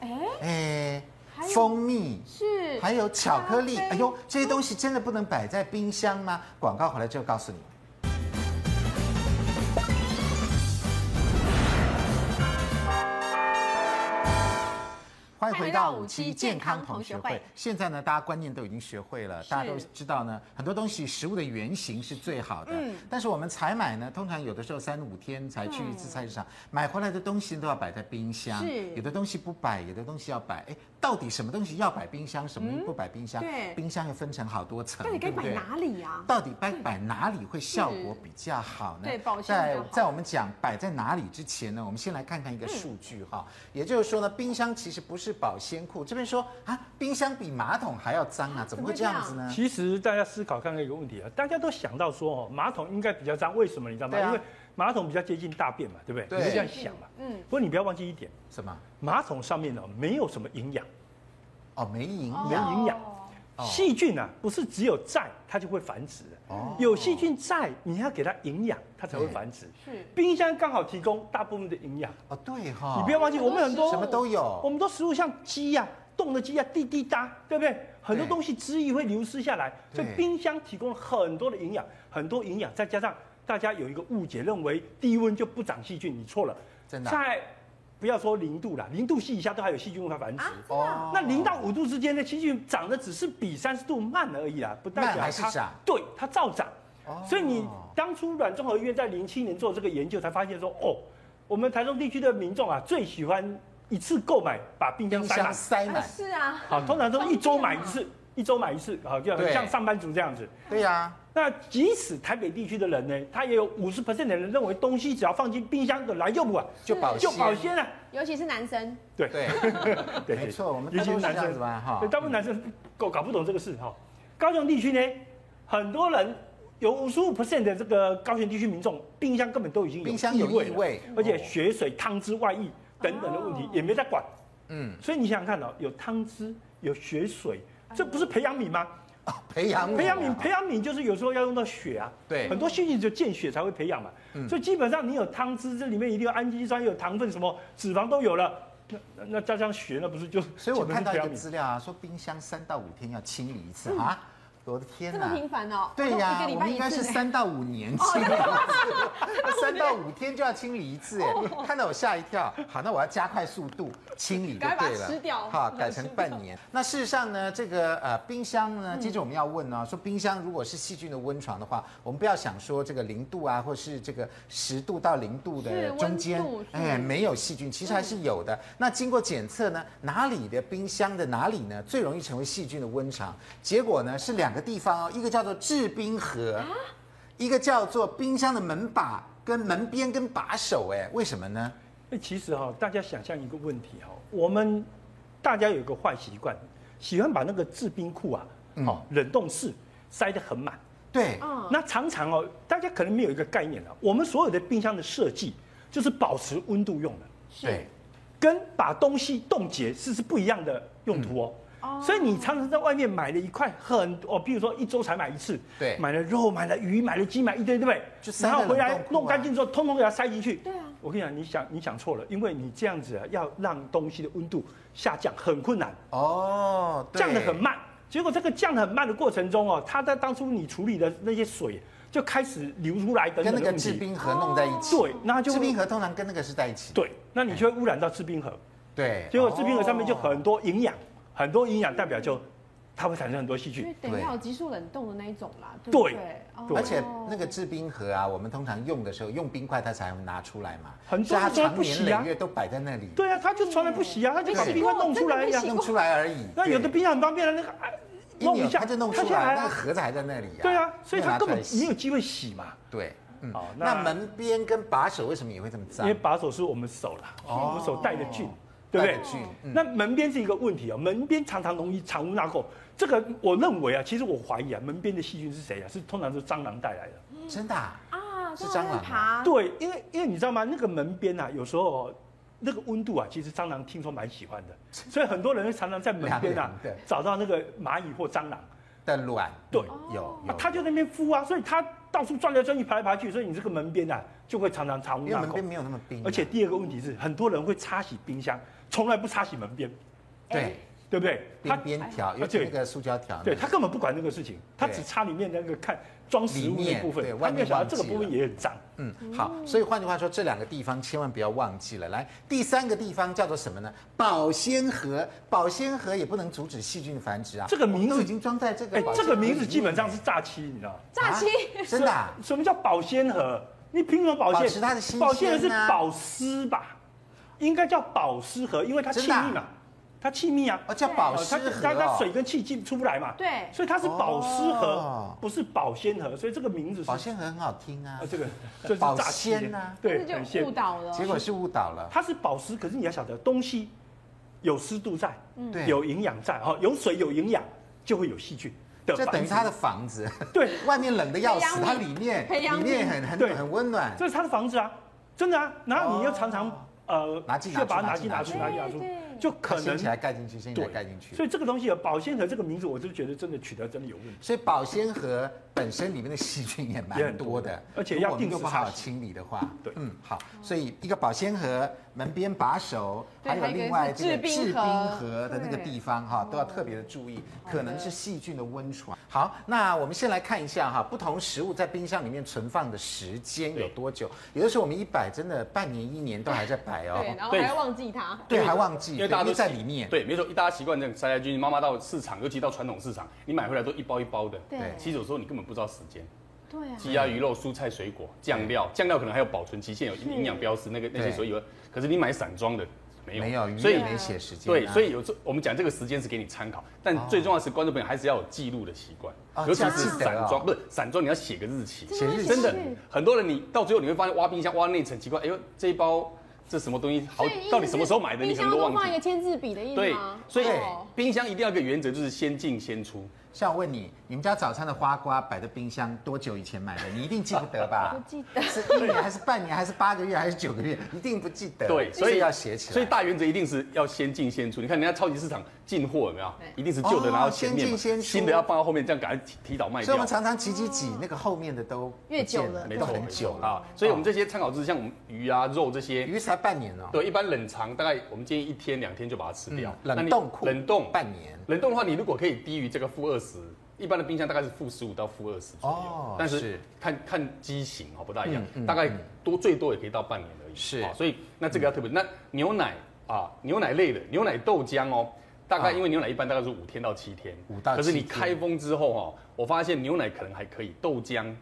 [SPEAKER 1] 哎
[SPEAKER 2] 还有
[SPEAKER 1] 蜂蜜。
[SPEAKER 2] 是
[SPEAKER 1] 还有巧克力，
[SPEAKER 2] 咖啡
[SPEAKER 1] 哎呦，这些东西真的不能摆在冰箱吗？广告回来之后告诉你。欢迎回到五期健康同学会。现在呢，大家观念都已经学会了，大家都知道呢，很多东西食物的原型是最好的。
[SPEAKER 2] 嗯
[SPEAKER 1] 但是我们采买呢，通常有的时候三五天才去一次菜市场，买回来的东西都要摆在冰箱。
[SPEAKER 2] 嗯是
[SPEAKER 1] 有的东西不摆，有的东西要摆。哎，到底什么东西要摆冰箱，什么东西不摆冰箱？
[SPEAKER 2] 嗯对
[SPEAKER 1] 冰箱又分成好多层
[SPEAKER 2] 到，底该
[SPEAKER 1] 对不
[SPEAKER 2] 摆
[SPEAKER 1] 嗯对？
[SPEAKER 2] 哪里啊？
[SPEAKER 1] 到底摆摆哪里会效果比较好呢？
[SPEAKER 2] 对保鲜比
[SPEAKER 1] 在
[SPEAKER 2] 较好
[SPEAKER 1] 在我们讲摆在哪里之前呢，我们先来看看一个数据哈、也就是说呢，冰箱其实不是保鲜库。这边说啊，冰箱比马桶还要脏啊，怎么会这样子呢？
[SPEAKER 5] 其实大家思考看看一个问题啊，大家都想到说哦，马桶应该比较脏，为什么你知道吗？
[SPEAKER 1] 对啊
[SPEAKER 5] 因为马桶比较接近大便嘛，对不对？
[SPEAKER 1] 对
[SPEAKER 5] 你会这样想嘛。嗯。不过你不要忘记一点，
[SPEAKER 1] 什么？
[SPEAKER 5] 哦马桶上面呢没有什么营养，
[SPEAKER 1] 哦，没营
[SPEAKER 5] 没
[SPEAKER 1] 养。
[SPEAKER 5] 营养。
[SPEAKER 1] 哦
[SPEAKER 5] 细菌啊，不是只有在它就会繁殖的，
[SPEAKER 1] 哦
[SPEAKER 5] 有细菌在，你要给它营养，它才会繁殖。
[SPEAKER 3] 是
[SPEAKER 5] 冰箱刚好提供大部分的营养，
[SPEAKER 1] 哦，对哈，
[SPEAKER 5] 你不要哦忘记，我们很多
[SPEAKER 1] 什么都
[SPEAKER 5] 我
[SPEAKER 1] 有，
[SPEAKER 5] 们都食物像鸡呀、冻的鸡呀、滴滴答，对不对？很多
[SPEAKER 1] 对
[SPEAKER 5] 东西汁液会流失下来，所以
[SPEAKER 1] 对
[SPEAKER 5] 冰箱提供了很多的营养，很多营养，再加上大家有一个误解，认为低温就不长细菌，你错了，
[SPEAKER 1] 真的啊
[SPEAKER 5] 在不要说零度啦，零度系以下都还有细菌会繁殖。
[SPEAKER 3] 啊，
[SPEAKER 1] 哦
[SPEAKER 5] 那零到五度之间的细菌长得只是比三十度慢而已啦，不代表
[SPEAKER 1] 慢
[SPEAKER 5] 它
[SPEAKER 1] 还是长
[SPEAKER 5] 对，它照长。
[SPEAKER 1] 哦
[SPEAKER 5] 所以你当初软综合医院在零七年做这个研究，才发现说，哦，我们台中地区的民众啊，最喜欢一次购买把冰箱
[SPEAKER 1] 冰
[SPEAKER 5] 塞
[SPEAKER 1] 箱
[SPEAKER 5] 满，
[SPEAKER 1] 塞
[SPEAKER 3] 啊
[SPEAKER 1] 满，
[SPEAKER 3] 是啊，
[SPEAKER 5] 好，通常都一周买一
[SPEAKER 3] 方
[SPEAKER 5] 次，一周买一次，好，就
[SPEAKER 1] 对
[SPEAKER 5] 像上班族这样子。
[SPEAKER 1] 对呀，
[SPEAKER 5] 那即使台北地区的人呢，他也有五十 percent 的人认为东西只要放进冰箱的来就不管，
[SPEAKER 1] 就保
[SPEAKER 5] 就啊保
[SPEAKER 1] 鲜，
[SPEAKER 5] 鲜了。
[SPEAKER 2] 尤其是男生，
[SPEAKER 5] 对
[SPEAKER 1] 对，
[SPEAKER 5] 对
[SPEAKER 1] 没错，我们
[SPEAKER 5] 尤
[SPEAKER 1] 大
[SPEAKER 5] 其
[SPEAKER 1] 多
[SPEAKER 5] 是
[SPEAKER 1] 是这
[SPEAKER 5] 男
[SPEAKER 1] 样
[SPEAKER 5] 生
[SPEAKER 1] 子吧，哈
[SPEAKER 5] 对，，大部分男生搞搞不懂这个事哈、高雄地区呢，很多人有五十五 percent 的这个高雄地区民众，冰箱根本都已经有
[SPEAKER 1] 冰箱有
[SPEAKER 5] 味
[SPEAKER 1] 异
[SPEAKER 5] 了，
[SPEAKER 1] 味，哦
[SPEAKER 5] 而且血水、汤汁外溢等等的问题、
[SPEAKER 3] 哦
[SPEAKER 5] 也没在管。
[SPEAKER 1] 嗯，
[SPEAKER 5] 所以你想想看哦，有汤汁，有血水，这不是培养皿吗？
[SPEAKER 1] 哦培养
[SPEAKER 5] 培养皿，
[SPEAKER 1] 皿，啊
[SPEAKER 5] 培养皿就是有时候要用到血啊。
[SPEAKER 1] 嗯对嗯
[SPEAKER 5] 很多细菌只有见血才会培养嘛。所以基本上你有汤汁，这里面一定有氨基酸、有糖分，什么脂肪都有了。那那那加上血，那不是就？
[SPEAKER 1] 所以我看到一
[SPEAKER 5] 基
[SPEAKER 1] 个
[SPEAKER 5] 本上是
[SPEAKER 1] 资料啊，说冰箱三到五天要清理一次
[SPEAKER 5] 嗯
[SPEAKER 1] 啊，我的天
[SPEAKER 2] 这
[SPEAKER 1] 哪
[SPEAKER 2] 么！频繁哦，
[SPEAKER 1] 对
[SPEAKER 2] 我都
[SPEAKER 1] 呀，
[SPEAKER 2] 一个礼
[SPEAKER 1] 我
[SPEAKER 2] 拜
[SPEAKER 1] 们应该
[SPEAKER 2] 一次
[SPEAKER 1] 是
[SPEAKER 2] 呢。哦
[SPEAKER 1] 三到五年清理一次， 三到五天就要清理一次，哎，
[SPEAKER 2] 哦
[SPEAKER 1] 看到我吓一跳。好，那我要加快速度清理就
[SPEAKER 2] 赶快
[SPEAKER 1] 对
[SPEAKER 2] 把它
[SPEAKER 1] 了，
[SPEAKER 2] 吃掉
[SPEAKER 1] 好，改成半年。那事实上呢，这个呃冰箱呢，接着我们要问呢、说冰箱如果是细菌的温床的话，我们不要想说这个零度啊，或是这个十度到零度的
[SPEAKER 2] 是
[SPEAKER 1] 中间
[SPEAKER 2] 温度，是
[SPEAKER 1] 哎，没有细菌，其实还是有的。那经过检测呢，哪里的冰箱的哪里呢最容易成为细菌的温床？结果呢是两个地方哦，一个叫做制冰盒，一个叫做冰箱的门把跟门边跟把手，哎，为什么呢？
[SPEAKER 5] 那哎其实哈、大家想象一个问题哈、我们大家有一个坏习惯，喜欢把那个制冰库啊，
[SPEAKER 1] 嗯
[SPEAKER 5] 哦，冷冻室塞得很满。
[SPEAKER 1] 对，
[SPEAKER 2] 嗯，
[SPEAKER 5] 那常常哦，大家可能没有一个概念啊，我们所有的冰箱的设计就是保持温度用的，
[SPEAKER 1] 对，
[SPEAKER 5] 跟把东西冻结是是不一样的用途哦。
[SPEAKER 2] 嗯
[SPEAKER 5] 所以你常常在外面买了一块很哦，比如说一周才买一次，
[SPEAKER 1] 对
[SPEAKER 5] 买了肉，买了鱼，买了鸡，买一堆，对不对？
[SPEAKER 1] 就塞在
[SPEAKER 5] 然后回
[SPEAKER 1] 冷
[SPEAKER 5] 来
[SPEAKER 1] 冻库啊
[SPEAKER 5] 弄干净之后，通通给它塞进去。
[SPEAKER 2] 对啊，
[SPEAKER 5] 我跟你讲，你想你想错了，因为你这样子啊，要让东西的温度下降很困难，
[SPEAKER 1] 哦，对
[SPEAKER 5] 降得很慢。结果这个降得很慢的过程中哦，它在当初你处理的那些水就开始流出来等
[SPEAKER 1] 跟
[SPEAKER 5] 等
[SPEAKER 1] 那
[SPEAKER 5] 的
[SPEAKER 1] 个
[SPEAKER 5] 问
[SPEAKER 1] 制
[SPEAKER 5] 题。
[SPEAKER 1] 冰盒弄在一起。
[SPEAKER 5] 对，那就
[SPEAKER 1] 制冰
[SPEAKER 5] 会
[SPEAKER 1] 盒通常跟那个是在一起。
[SPEAKER 5] 对，那你就会污染到制冰盒。
[SPEAKER 1] 对，
[SPEAKER 5] 结果制冰盒上面就很
[SPEAKER 1] 哦
[SPEAKER 5] 多营养，很多营养代表就它会产生很多细
[SPEAKER 2] 因
[SPEAKER 5] 菌
[SPEAKER 2] 为。等于要有急速冷冻的那一种啦，对不
[SPEAKER 5] 对
[SPEAKER 2] 对？哦
[SPEAKER 5] 对
[SPEAKER 1] 而且那个制冰盒啊，我们通常用的时候用冰块它才能拿出来嘛，
[SPEAKER 5] 很
[SPEAKER 1] 所以它
[SPEAKER 5] 多人说
[SPEAKER 1] 常
[SPEAKER 5] 不
[SPEAKER 1] 年
[SPEAKER 5] 洗啊
[SPEAKER 1] 累月都摆在那里，
[SPEAKER 5] 对啊，它就从来不洗啊，它就把
[SPEAKER 1] 对
[SPEAKER 5] 冰块弄出来
[SPEAKER 2] 真的
[SPEAKER 5] 呀
[SPEAKER 2] 不。
[SPEAKER 1] 弄出来而已。
[SPEAKER 5] 那有的
[SPEAKER 1] 对
[SPEAKER 5] 冰箱很方便的，那个啊
[SPEAKER 1] 一
[SPEAKER 5] 弄
[SPEAKER 1] 扭
[SPEAKER 5] 一下，
[SPEAKER 1] 它就弄
[SPEAKER 5] 它
[SPEAKER 1] 出
[SPEAKER 5] 下
[SPEAKER 1] 来，那
[SPEAKER 5] 啊
[SPEAKER 1] 个盒子还在那里啊。
[SPEAKER 5] 对啊，所以
[SPEAKER 1] 没有
[SPEAKER 5] 它
[SPEAKER 1] 拿
[SPEAKER 5] 根
[SPEAKER 1] 出
[SPEAKER 5] 本
[SPEAKER 1] 来洗
[SPEAKER 5] 没有机会洗嘛。
[SPEAKER 1] 对，嗯
[SPEAKER 5] 哦，
[SPEAKER 1] 那
[SPEAKER 5] 那
[SPEAKER 1] 门边跟把手为什么也会这么
[SPEAKER 5] 因
[SPEAKER 1] 脏
[SPEAKER 5] 为？把手是我们手啦，
[SPEAKER 1] 啊哦
[SPEAKER 5] 我们手带的菌，对不
[SPEAKER 1] 带
[SPEAKER 5] 对
[SPEAKER 1] 着？菌，嗯
[SPEAKER 5] 那门边是一个问题啊，门边常常容易藏污纳垢。这个我认为啊，其实我怀疑啊，门边的细菌是谁啊？是通常是蟑螂带来的。
[SPEAKER 1] 真的啊，
[SPEAKER 2] 啊，
[SPEAKER 1] 是
[SPEAKER 2] 蟑螂
[SPEAKER 1] 蟑
[SPEAKER 2] 在
[SPEAKER 1] 螂
[SPEAKER 2] 爬，
[SPEAKER 5] 对，因为因为你知道吗？那个门边啊，有时候哦那个温度啊，其实蟑螂听说蛮喜欢的，所以很多人会常常在门边啊
[SPEAKER 1] 凉凉的
[SPEAKER 5] 找到那个蚂蚁或蟑螂，
[SPEAKER 1] 的卵
[SPEAKER 5] 对
[SPEAKER 1] 有
[SPEAKER 5] 啊
[SPEAKER 1] 有，，
[SPEAKER 5] 它就在那边孵啊，所以它到处转来转去、爬来爬去，所以你这个门边啊就会常常藏污
[SPEAKER 1] 因为
[SPEAKER 5] 纳
[SPEAKER 1] 门边
[SPEAKER 5] 垢。
[SPEAKER 1] 没有那么冰啊，
[SPEAKER 5] 而且第二个问题是，很多人会擦洗冰箱，从来不擦洗门边，
[SPEAKER 1] 对
[SPEAKER 5] 对不对？他
[SPEAKER 1] 边边条，尤其
[SPEAKER 5] 啊对
[SPEAKER 1] 那个塑胶条呢，
[SPEAKER 5] 对他根本不管那个事情，他
[SPEAKER 1] 对
[SPEAKER 5] 只擦里面那个看装食物那部分
[SPEAKER 1] 里面对，
[SPEAKER 5] 他没有想
[SPEAKER 1] 外面忘
[SPEAKER 5] 到这个
[SPEAKER 1] 记
[SPEAKER 5] 部分
[SPEAKER 1] 了
[SPEAKER 5] 也很脏。
[SPEAKER 1] 嗯，好，所以换句话说，这两个地方千万不要忘记了。来，第三个地方叫做什么呢？保鲜盒，保鲜盒也不能阻止细菌繁殖啊。
[SPEAKER 5] 这个名字
[SPEAKER 1] 我们都已经装在这个
[SPEAKER 5] 哎
[SPEAKER 1] 保，鲜
[SPEAKER 5] 这
[SPEAKER 1] 盒
[SPEAKER 5] 个
[SPEAKER 1] 里面
[SPEAKER 5] 名字基本上是诈欺，你知道吗？
[SPEAKER 2] 炸欺，
[SPEAKER 1] 啊真的啊、
[SPEAKER 5] 什么叫保鲜盒？你凭什么保鲜？
[SPEAKER 1] 保持它的新鲜啊
[SPEAKER 5] 保鲜盒是保湿吧？应该叫保湿盒，因为它气密
[SPEAKER 1] 真的
[SPEAKER 5] 嘛
[SPEAKER 1] 啊，
[SPEAKER 5] 它气密啊，
[SPEAKER 1] 哦，叫保湿
[SPEAKER 5] 哦
[SPEAKER 1] 盒
[SPEAKER 5] 它它它水
[SPEAKER 1] 哦。
[SPEAKER 5] 跟气进出不来嘛，
[SPEAKER 2] 对
[SPEAKER 5] 所以它是保湿
[SPEAKER 1] 哦
[SPEAKER 5] 盒，不是保鲜盒，所以这个名字是
[SPEAKER 1] 保鲜盒很好听啊
[SPEAKER 5] 啊，，这个这是
[SPEAKER 1] 保
[SPEAKER 5] 诈欺
[SPEAKER 1] 鲜啊
[SPEAKER 5] 对，
[SPEAKER 2] 但是
[SPEAKER 5] 很
[SPEAKER 2] 就
[SPEAKER 5] 鲜
[SPEAKER 2] 误导了。
[SPEAKER 1] 结果是误导了。
[SPEAKER 5] 它是保湿，可是你要晓得东西有湿度在，
[SPEAKER 2] 嗯
[SPEAKER 1] 对
[SPEAKER 5] 有营养在，哦，有水有营养就会有细菌的繁殖，
[SPEAKER 1] 这等于它的房子，
[SPEAKER 5] 对，
[SPEAKER 1] 外面冷的要
[SPEAKER 2] 培养
[SPEAKER 1] 死，
[SPEAKER 2] 皿
[SPEAKER 1] 它里面
[SPEAKER 2] 培养
[SPEAKER 1] 里面很
[SPEAKER 5] 对
[SPEAKER 1] 很很温暖。
[SPEAKER 5] 这是它的房子啊，真的啊，然后你又常常、呃
[SPEAKER 1] 拿进
[SPEAKER 5] 需要把它
[SPEAKER 1] 哦拿
[SPEAKER 5] 拿
[SPEAKER 1] 进
[SPEAKER 5] 进
[SPEAKER 1] 拿
[SPEAKER 5] 拿
[SPEAKER 1] 出
[SPEAKER 5] 出拿进拿
[SPEAKER 3] 对
[SPEAKER 5] 出
[SPEAKER 3] 对，
[SPEAKER 5] 就可
[SPEAKER 1] 掀
[SPEAKER 5] 能
[SPEAKER 1] 起来盖进去，掀起来
[SPEAKER 5] 对
[SPEAKER 1] 盖进去。
[SPEAKER 5] 所以这个东西啊，保鲜盒这个名字，我是觉得真的取得真的有问题。
[SPEAKER 1] 所以保鲜盒本身里面的细菌也
[SPEAKER 5] 也
[SPEAKER 1] 蛮
[SPEAKER 5] 很
[SPEAKER 1] 多
[SPEAKER 5] 多
[SPEAKER 1] 的，
[SPEAKER 5] 而且
[SPEAKER 1] 如
[SPEAKER 5] 要
[SPEAKER 1] 果我们
[SPEAKER 5] 定
[SPEAKER 1] 都
[SPEAKER 5] 时
[SPEAKER 1] 不好
[SPEAKER 5] 擦
[SPEAKER 1] 好
[SPEAKER 5] 洗
[SPEAKER 1] 清理的话，
[SPEAKER 5] 对
[SPEAKER 1] 嗯，好，所以一个保鲜盒门边把手，
[SPEAKER 6] 对
[SPEAKER 1] 还有
[SPEAKER 6] 还有一个
[SPEAKER 1] 另外
[SPEAKER 6] 是
[SPEAKER 1] 这个
[SPEAKER 6] 制冰
[SPEAKER 1] 制冰
[SPEAKER 6] 盒
[SPEAKER 1] 盒的那个
[SPEAKER 6] 对
[SPEAKER 1] 地方哈，都要特别的注意，可能是细菌的温床。好，那我们先来看一下哈，不同食物在冰箱里面存放的时间有
[SPEAKER 5] 对
[SPEAKER 1] 多久？有的时候我们一摆，真的半年一年都还在摆哦，
[SPEAKER 6] 对，然后还要忘记它。
[SPEAKER 1] 对，
[SPEAKER 7] 因为
[SPEAKER 1] 还忘记，
[SPEAKER 7] 因
[SPEAKER 1] 对
[SPEAKER 7] 为大家
[SPEAKER 1] 因
[SPEAKER 7] 都
[SPEAKER 1] 为在
[SPEAKER 7] 习
[SPEAKER 1] 里面，
[SPEAKER 7] 对，没错，一大家习惯这样塞来塞去。妈妈到市场，尤其到传统市场，你买回来都一包一包的。
[SPEAKER 1] 对
[SPEAKER 7] 其实有时候你根本不知道时间。
[SPEAKER 2] 对啊，
[SPEAKER 7] 鸡鸭鱼肉、蔬菜水果、酱料，酱料可能还有保存期限，有营养标识，那个那
[SPEAKER 1] 对
[SPEAKER 7] 些所有。可是你买散装的没有，
[SPEAKER 1] 没有，啊
[SPEAKER 7] 所
[SPEAKER 1] 所
[SPEAKER 7] 以
[SPEAKER 1] 以没写时间啊，
[SPEAKER 7] 对，所以有时候我们讲这个时间是给你参考，但最重要的是观众朋友还是要有记录的习惯
[SPEAKER 1] 哦，
[SPEAKER 7] 尤其
[SPEAKER 1] 这
[SPEAKER 7] 是
[SPEAKER 1] 样子
[SPEAKER 7] 散
[SPEAKER 1] 哦
[SPEAKER 7] 装，不是散装你要写个日期，
[SPEAKER 1] 写日期
[SPEAKER 7] 真的很多人你到最后你会发现挖冰箱挖内层奇怪，哎呦这一包这什么东西好
[SPEAKER 6] 所以意思，是
[SPEAKER 7] 到底什么时候买的你
[SPEAKER 6] 冰
[SPEAKER 7] 可能
[SPEAKER 6] 箱
[SPEAKER 7] 都
[SPEAKER 6] 多
[SPEAKER 7] 忘
[SPEAKER 6] 放一
[SPEAKER 7] 记
[SPEAKER 6] 个。签字笔的意思
[SPEAKER 7] 啊对
[SPEAKER 2] 啊
[SPEAKER 6] 吗？，
[SPEAKER 7] 所以
[SPEAKER 6] 哦
[SPEAKER 7] 冰箱一定要有一个原则就是先进先出。
[SPEAKER 1] 像我问你，你们家早餐的花瓜摆在冰箱多久以前买的？你一定记不 得吧？
[SPEAKER 2] 不记
[SPEAKER 1] 得，是一年还是半年还是八个月还是九个月？一定不记得。
[SPEAKER 7] 对，所以
[SPEAKER 1] 要写起来。
[SPEAKER 7] 所以大原则一定是要先进先出。你看人家超级市场进货有没有？
[SPEAKER 6] 对
[SPEAKER 7] 一定是旧的
[SPEAKER 1] 哦
[SPEAKER 7] 拿到前面
[SPEAKER 1] 先进
[SPEAKER 7] 嘛，
[SPEAKER 1] 先出
[SPEAKER 7] 新的要放到后面，这样赶快提提早卖
[SPEAKER 1] 所以我
[SPEAKER 7] 掉
[SPEAKER 1] 们。常常挤挤挤，那个后面的都不
[SPEAKER 6] 越久
[SPEAKER 1] 见
[SPEAKER 6] 了
[SPEAKER 7] 没
[SPEAKER 1] 都
[SPEAKER 7] 错，
[SPEAKER 1] 很
[SPEAKER 7] 没
[SPEAKER 1] 久
[SPEAKER 7] 错
[SPEAKER 1] 了
[SPEAKER 7] 啊。所以我们这些参考就是像我们鱼啊、肉这些，
[SPEAKER 1] 鱼才半年哦，
[SPEAKER 7] 对，一般冷藏大概我们建议一天两天就把它吃掉。
[SPEAKER 1] 嗯
[SPEAKER 7] 那
[SPEAKER 1] 冷
[SPEAKER 7] 你
[SPEAKER 1] 冻库
[SPEAKER 7] 冷冻
[SPEAKER 1] 半年
[SPEAKER 7] 冷冻的话，你如果可以低于这个负二十，一般的冰箱大概是负十五到负二十左右。
[SPEAKER 1] 哦
[SPEAKER 7] 但
[SPEAKER 1] 是
[SPEAKER 7] 是看看机型哦，不大一样，
[SPEAKER 1] 嗯嗯
[SPEAKER 7] 大概多最多也可以到半年而已。
[SPEAKER 1] 是嗯
[SPEAKER 7] 啊所以那这个要特别。那牛奶啊，牛奶类的牛奶豆浆哦。大概
[SPEAKER 1] 啊
[SPEAKER 7] 因为牛奶一般大概是五天到七天，
[SPEAKER 1] 五到
[SPEAKER 7] 可是你
[SPEAKER 1] 七天
[SPEAKER 7] 开封之后哦，我发现牛奶可能还可以，豆浆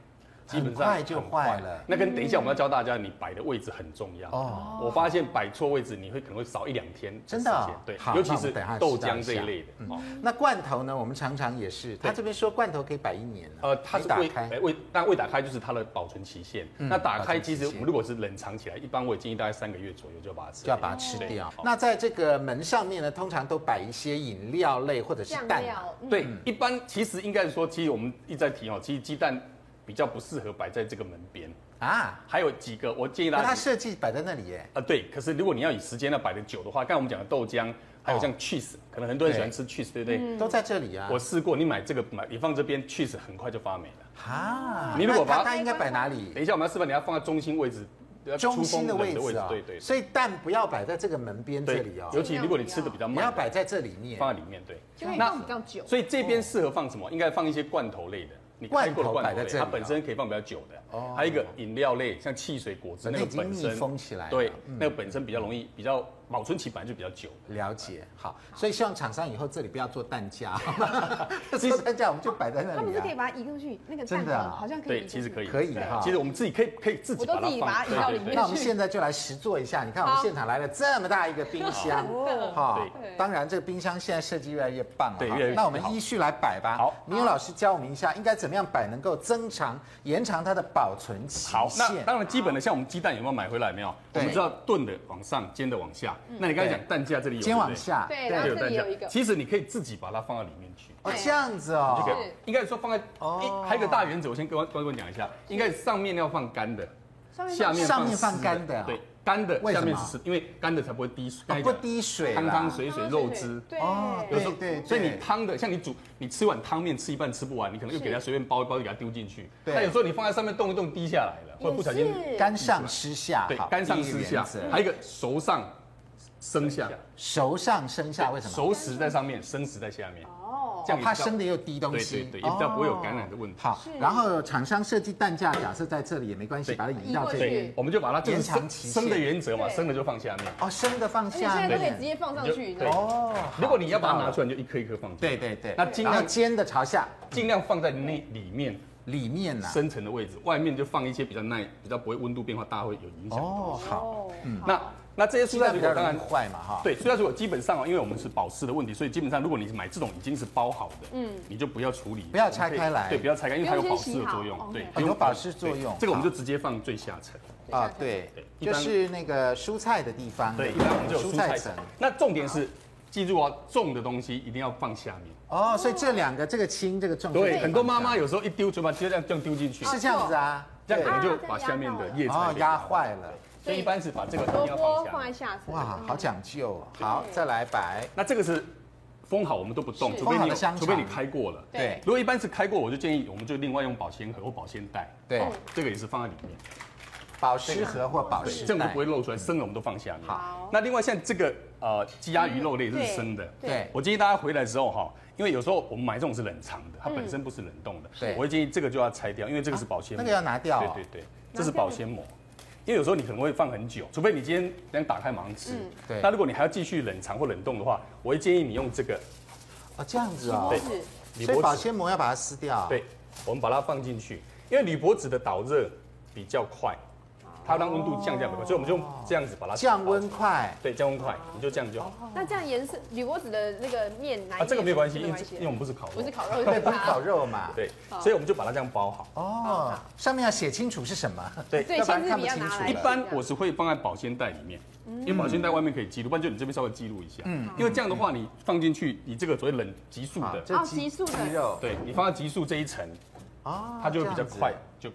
[SPEAKER 7] 基本
[SPEAKER 1] 很
[SPEAKER 7] 上
[SPEAKER 1] 快就
[SPEAKER 7] 很
[SPEAKER 1] 坏了嗯
[SPEAKER 7] 那跟等一下我们要教大家，你摆的位置很重要。
[SPEAKER 1] 哦
[SPEAKER 7] 哦，我发现摆错位置，你会可能会少一两天的
[SPEAKER 1] 真的哦
[SPEAKER 7] 时间对
[SPEAKER 1] 好，
[SPEAKER 7] 尤其
[SPEAKER 1] 那我们
[SPEAKER 7] 是
[SPEAKER 1] 等一下
[SPEAKER 7] 豆
[SPEAKER 1] 知道
[SPEAKER 7] 浆
[SPEAKER 1] 一
[SPEAKER 7] 这一
[SPEAKER 1] 下嗯
[SPEAKER 7] 类的。哦，
[SPEAKER 1] 那罐头呢？我们常常也是，他这边说罐头可以摆一年了
[SPEAKER 7] 呃，它
[SPEAKER 1] 没
[SPEAKER 7] 是
[SPEAKER 1] 打
[SPEAKER 7] 未
[SPEAKER 1] 开嗯
[SPEAKER 7] 哎未，但未打开就是它的保存期限。那打
[SPEAKER 1] 保
[SPEAKER 7] 开
[SPEAKER 1] 存期
[SPEAKER 7] 其实
[SPEAKER 1] 限
[SPEAKER 7] 我们如果是冷藏起来，一般我也建议大概三个月左右就要把它吃，
[SPEAKER 1] 就要把它吃掉。
[SPEAKER 7] 对
[SPEAKER 1] 那在这个门上面呢，通常都摆一些饮料类或者是
[SPEAKER 6] 酱
[SPEAKER 1] 蛋。
[SPEAKER 6] 料，嗯
[SPEAKER 7] 对，一般其实应该是说，其实我们一直在提哦，其实鸡蛋比较不适合摆在这个门边。
[SPEAKER 1] 啊，
[SPEAKER 7] 还有几个，我建议大
[SPEAKER 1] 那
[SPEAKER 7] 家
[SPEAKER 1] 它设计摆在那里耶。
[SPEAKER 7] 啊，对，可是如果你要以时间来摆的久的话，刚才我们讲的豆浆，还
[SPEAKER 1] 哦
[SPEAKER 7] 有像 cheese，、可能很多人喜欢吃 cheese，对不对？
[SPEAKER 6] 嗯
[SPEAKER 1] 都在这里啊。
[SPEAKER 7] 我试过，你买这个买，你放这边 cheese 很快就发霉了。
[SPEAKER 1] 啊，
[SPEAKER 7] 你如果
[SPEAKER 1] 那它
[SPEAKER 7] 把它
[SPEAKER 1] 它应该摆哪里？
[SPEAKER 7] 等一下我们要示范，你要放在中心位置，要呃出
[SPEAKER 1] 中
[SPEAKER 7] 风
[SPEAKER 1] 心的位
[SPEAKER 7] 冷
[SPEAKER 1] 置啊、
[SPEAKER 7] 对对
[SPEAKER 1] 所以蛋不要摆在这个门边这
[SPEAKER 7] 对
[SPEAKER 1] 里哦，
[SPEAKER 7] 尤其如果你吃的比较
[SPEAKER 1] 你
[SPEAKER 7] 慢，
[SPEAKER 1] 要摆在这里面。
[SPEAKER 7] 放在里面，对。
[SPEAKER 6] 就会放比较久。
[SPEAKER 7] 所以这边适合放什么？应该放一些罐头类的，你开过的
[SPEAKER 1] 罐头
[SPEAKER 7] 罐
[SPEAKER 1] 摆在
[SPEAKER 7] 头
[SPEAKER 1] 这
[SPEAKER 7] 类，
[SPEAKER 1] 里
[SPEAKER 7] 它
[SPEAKER 1] 啊
[SPEAKER 7] 本身可以放比较久
[SPEAKER 1] 哦
[SPEAKER 7] 的。哦。还有一个饮料类，像汽水、果汁，
[SPEAKER 1] 反
[SPEAKER 7] 那
[SPEAKER 1] 正已
[SPEAKER 7] 个
[SPEAKER 1] 经
[SPEAKER 7] 本
[SPEAKER 1] 密
[SPEAKER 7] 身
[SPEAKER 1] 封起来了
[SPEAKER 7] 对
[SPEAKER 1] 嗯，
[SPEAKER 7] 那个本身比较容易，比较保存期本来就比较久。
[SPEAKER 1] 了解，好，所以希望厂商以后这里不要做蛋 架，做蛋架我们就摆在那
[SPEAKER 6] 它不
[SPEAKER 1] 里
[SPEAKER 6] 是可以
[SPEAKER 1] 啊。
[SPEAKER 6] 把它移过去，那个
[SPEAKER 1] 真
[SPEAKER 6] 蛋
[SPEAKER 1] 的啊
[SPEAKER 6] 壳好像可以移
[SPEAKER 7] 对，
[SPEAKER 6] 过去。
[SPEAKER 7] 其实可以，
[SPEAKER 1] 可以哈
[SPEAKER 7] 其实我们自己可以可以自己
[SPEAKER 6] 我都
[SPEAKER 7] 把它
[SPEAKER 6] 自己
[SPEAKER 7] 放
[SPEAKER 6] 把它移到
[SPEAKER 7] 对
[SPEAKER 6] 里
[SPEAKER 7] 对
[SPEAKER 6] 面
[SPEAKER 1] 那我们现在就来实做一下，你看我们
[SPEAKER 6] 好
[SPEAKER 1] 现场来了这么大一个冰 箱，
[SPEAKER 4] 哦
[SPEAKER 1] 哈
[SPEAKER 6] 对
[SPEAKER 1] 当然这个冰箱现在设计越来越棒了，
[SPEAKER 7] 嗯对
[SPEAKER 1] 哈
[SPEAKER 7] 越来越
[SPEAKER 1] 那我们
[SPEAKER 7] 好
[SPEAKER 1] 依序来摆吧。
[SPEAKER 7] 好
[SPEAKER 1] 明勇老师教我们一下，应该怎么样摆能够增长、延长它的保存期
[SPEAKER 7] 好，那
[SPEAKER 1] 限。
[SPEAKER 7] 当然基本的，像我们鸡蛋有没有买回来没有？我
[SPEAKER 1] 对嗯
[SPEAKER 7] 们知道炖的往上，煎的往下。那你刚才
[SPEAKER 1] 对
[SPEAKER 7] 讲蛋架这里有，
[SPEAKER 1] 先
[SPEAKER 7] 对不
[SPEAKER 1] 往
[SPEAKER 7] 对，
[SPEAKER 1] 下，
[SPEAKER 6] 对然后
[SPEAKER 7] 有
[SPEAKER 6] 这
[SPEAKER 7] 蛋
[SPEAKER 6] 里
[SPEAKER 7] 架
[SPEAKER 6] 有一个
[SPEAKER 7] 其实你可以自己把它放到里面去。
[SPEAKER 1] 哦，这样子哦，
[SPEAKER 7] 就可以
[SPEAKER 6] 是
[SPEAKER 7] 应该说放在
[SPEAKER 1] 哦
[SPEAKER 7] 一，还有一个大原则，我先跟观众讲一下，应该上面要放干的，下面
[SPEAKER 1] 上面放
[SPEAKER 7] 湿
[SPEAKER 1] 干的啊
[SPEAKER 7] 对，干的
[SPEAKER 1] 为什
[SPEAKER 7] 下
[SPEAKER 1] 么哦
[SPEAKER 7] 面是湿，因为干的才不会滴水，刚才
[SPEAKER 1] 不
[SPEAKER 7] 讲
[SPEAKER 1] 滴水啦
[SPEAKER 7] 汤汤水水肉汁。
[SPEAKER 6] 对，
[SPEAKER 1] 哦
[SPEAKER 7] 有时候
[SPEAKER 1] 对对
[SPEAKER 7] 所以
[SPEAKER 1] 对
[SPEAKER 7] 你汤的，像你煮，你吃碗汤面吃一半吃不完，你可能又给它随便包一包，就给它丢进去。
[SPEAKER 1] 对
[SPEAKER 7] 但有时候你放在上面动一动滴下来了，或者不小心
[SPEAKER 3] 也是
[SPEAKER 1] 干上湿下，
[SPEAKER 7] 对
[SPEAKER 1] 啊好，
[SPEAKER 7] 干上
[SPEAKER 1] 第一个
[SPEAKER 7] 湿下
[SPEAKER 1] 原则，
[SPEAKER 7] 还有一个熟上生下，
[SPEAKER 1] 熟上生下，为什么？
[SPEAKER 7] 熟食在上面，生食在下面。哦，这
[SPEAKER 1] 哦
[SPEAKER 7] 样，
[SPEAKER 1] 怕
[SPEAKER 7] 也比较
[SPEAKER 1] 生的又滴东西，
[SPEAKER 7] 对对对也比较不会有感染的问题
[SPEAKER 1] 哦好，然后厂商设计蛋架，假设在这里也没关系，
[SPEAKER 7] 对
[SPEAKER 1] 把它移到这
[SPEAKER 7] 对
[SPEAKER 1] 边，。
[SPEAKER 7] 我们就把它就是
[SPEAKER 1] 延长
[SPEAKER 7] 生
[SPEAKER 1] 期
[SPEAKER 7] 生的
[SPEAKER 1] 限
[SPEAKER 7] 原则嘛，
[SPEAKER 3] 对
[SPEAKER 7] 生的就放下面。
[SPEAKER 1] 哦，生的放
[SPEAKER 6] 而且现在
[SPEAKER 1] 下
[SPEAKER 6] 都可以直
[SPEAKER 1] 面。
[SPEAKER 6] 接放上去，
[SPEAKER 7] 你就对
[SPEAKER 1] 哦， 好
[SPEAKER 7] 如果你要把它拿出
[SPEAKER 1] 知道了
[SPEAKER 7] 来，你就一颗一颗放进去。
[SPEAKER 1] 对对对，
[SPEAKER 7] 那尽
[SPEAKER 1] 然后
[SPEAKER 7] 量
[SPEAKER 1] 尖的朝下，
[SPEAKER 7] 尽量放在内里面
[SPEAKER 1] 里面呐。
[SPEAKER 7] 深层的位置，外面就放一些比较耐、比较不会温度变化大会有影响的东
[SPEAKER 1] 哦
[SPEAKER 7] 西。，
[SPEAKER 1] 好，
[SPEAKER 7] 那那这些
[SPEAKER 1] 鸡
[SPEAKER 7] 蔬菜
[SPEAKER 1] 蛋
[SPEAKER 7] 水
[SPEAKER 1] 比
[SPEAKER 7] 果
[SPEAKER 1] 较
[SPEAKER 7] 当
[SPEAKER 1] 容易
[SPEAKER 7] 然
[SPEAKER 1] 坏嘛，哈。
[SPEAKER 7] 对，虽然说基本上哦，因为我们是保湿的问题，所以基本上如果你是买这种已经是包好的，嗯，你就不要处理，
[SPEAKER 1] 不要拆开来
[SPEAKER 7] 对，不要拆开，因为它有
[SPEAKER 2] 不用
[SPEAKER 7] 保
[SPEAKER 2] 先
[SPEAKER 7] 湿的
[SPEAKER 2] 洗好
[SPEAKER 7] 作用，对
[SPEAKER 2] 哦，
[SPEAKER 1] 有保湿作
[SPEAKER 7] 对
[SPEAKER 1] 用
[SPEAKER 7] 这个我们
[SPEAKER 1] 好
[SPEAKER 7] 就直接放最下层。
[SPEAKER 1] 啊，对
[SPEAKER 7] 对，一
[SPEAKER 1] 就
[SPEAKER 7] 般
[SPEAKER 1] 是那个蔬菜的地方，啊
[SPEAKER 7] 对，一
[SPEAKER 1] 不对
[SPEAKER 7] 般我们就有蔬菜层
[SPEAKER 1] 层。。
[SPEAKER 7] 那重点是，记住哦，重的东西一定要放下面。
[SPEAKER 1] 哦，所以这两个这个轻，这个重，这
[SPEAKER 7] 对，
[SPEAKER 1] 个
[SPEAKER 7] 很多
[SPEAKER 1] 放
[SPEAKER 7] 妈
[SPEAKER 1] 下
[SPEAKER 7] 妈有时候一丢，嘴巴直接这样这样丢进去，
[SPEAKER 1] 是这样子啊，
[SPEAKER 7] 这样可能
[SPEAKER 1] 对
[SPEAKER 7] 就把下面的叶菜
[SPEAKER 1] 哦
[SPEAKER 7] 给
[SPEAKER 1] 压坏了。
[SPEAKER 7] 所以一般是把这个
[SPEAKER 2] 萝
[SPEAKER 7] 一定要
[SPEAKER 2] 卜
[SPEAKER 7] 放
[SPEAKER 2] 放
[SPEAKER 7] 下
[SPEAKER 2] 在。下层。
[SPEAKER 1] 哇，好讲究哦。
[SPEAKER 7] 嗯
[SPEAKER 1] 好，再来摆，
[SPEAKER 7] 那这个是封好我们都不动，
[SPEAKER 2] 是
[SPEAKER 7] 除非
[SPEAKER 1] 封好
[SPEAKER 7] 你
[SPEAKER 1] 的
[SPEAKER 7] 有
[SPEAKER 1] 香肠
[SPEAKER 7] 除非你开过了。
[SPEAKER 1] 对
[SPEAKER 7] 如果一般是开过，我就建议我们就另外用保鲜盒或保鲜袋，
[SPEAKER 1] 对，
[SPEAKER 7] 这个也是放在里面，
[SPEAKER 1] 保湿盒或保湿
[SPEAKER 7] 对，这样就
[SPEAKER 1] 袋
[SPEAKER 7] 不，会露出来，生的我们都放下面。
[SPEAKER 1] 好，嗯
[SPEAKER 7] 那另外像这个呃鸡鸭鱼肉类是生的，
[SPEAKER 1] 对
[SPEAKER 7] 我建议大家回来之后哈，因为有时候我们买这种是冷藏的，它本身不是冷冻的，
[SPEAKER 1] 嗯对
[SPEAKER 7] 我会建议这个就要拆掉，因为这个是保鲜膜，
[SPEAKER 1] 啊那个要拿掉哦
[SPEAKER 7] 对对对，这是保鲜膜。因为有时候你可能会放很久，除非你今天等打开马上吃。
[SPEAKER 1] 嗯对
[SPEAKER 7] 那如果你还要继续冷藏或冷冻的话，我会建议你用这个
[SPEAKER 1] 哦，这样子哦
[SPEAKER 7] 对。铝
[SPEAKER 1] 所以
[SPEAKER 7] 箔
[SPEAKER 1] 保
[SPEAKER 7] 纸。
[SPEAKER 1] 鲜膜要把它撕掉。，哦
[SPEAKER 7] 对，我们把它放进去，因为铝箔纸的导热比较快，它让温度降降比较快，所以我们就用这样子把它
[SPEAKER 1] 降
[SPEAKER 7] 导
[SPEAKER 1] 温
[SPEAKER 7] 出来。
[SPEAKER 1] 块。
[SPEAKER 7] 对，降温快，你就这样就好。
[SPEAKER 3] 哦
[SPEAKER 2] 那这样颜色，铝箔纸的那个面来
[SPEAKER 7] 啊，这个没有关系，因
[SPEAKER 2] 没
[SPEAKER 7] 为
[SPEAKER 2] 关
[SPEAKER 7] 因为
[SPEAKER 2] 系，
[SPEAKER 7] 我们不是烤肉，
[SPEAKER 2] 不是烤肉
[SPEAKER 1] 对，
[SPEAKER 2] 是
[SPEAKER 1] 不是烤
[SPEAKER 2] 吧？
[SPEAKER 1] 肉嘛。
[SPEAKER 7] 对，所以我们就把它这样包好。
[SPEAKER 1] 哦，上面要写清楚是什么。
[SPEAKER 7] 对
[SPEAKER 2] 对，
[SPEAKER 1] 要不然
[SPEAKER 2] 签字
[SPEAKER 1] 看
[SPEAKER 2] 笔
[SPEAKER 1] 不
[SPEAKER 2] 要
[SPEAKER 1] 清
[SPEAKER 2] 拿
[SPEAKER 1] 楚
[SPEAKER 2] 来。
[SPEAKER 7] 一般我是会放在保鲜袋里面，因为保鲜袋外面可以记录，不然就你这边稍微记录一下。嗯，因为这样的话，你放进去，你这个所谓冷急速
[SPEAKER 1] 好
[SPEAKER 7] 的，
[SPEAKER 1] 啊这
[SPEAKER 2] 哦
[SPEAKER 1] 鸡
[SPEAKER 2] 急速的
[SPEAKER 1] 鸡肉
[SPEAKER 7] 对你放在急速这一层，
[SPEAKER 1] 哦，
[SPEAKER 7] 它就会比
[SPEAKER 1] 这样
[SPEAKER 7] 较
[SPEAKER 1] 子
[SPEAKER 7] 快，就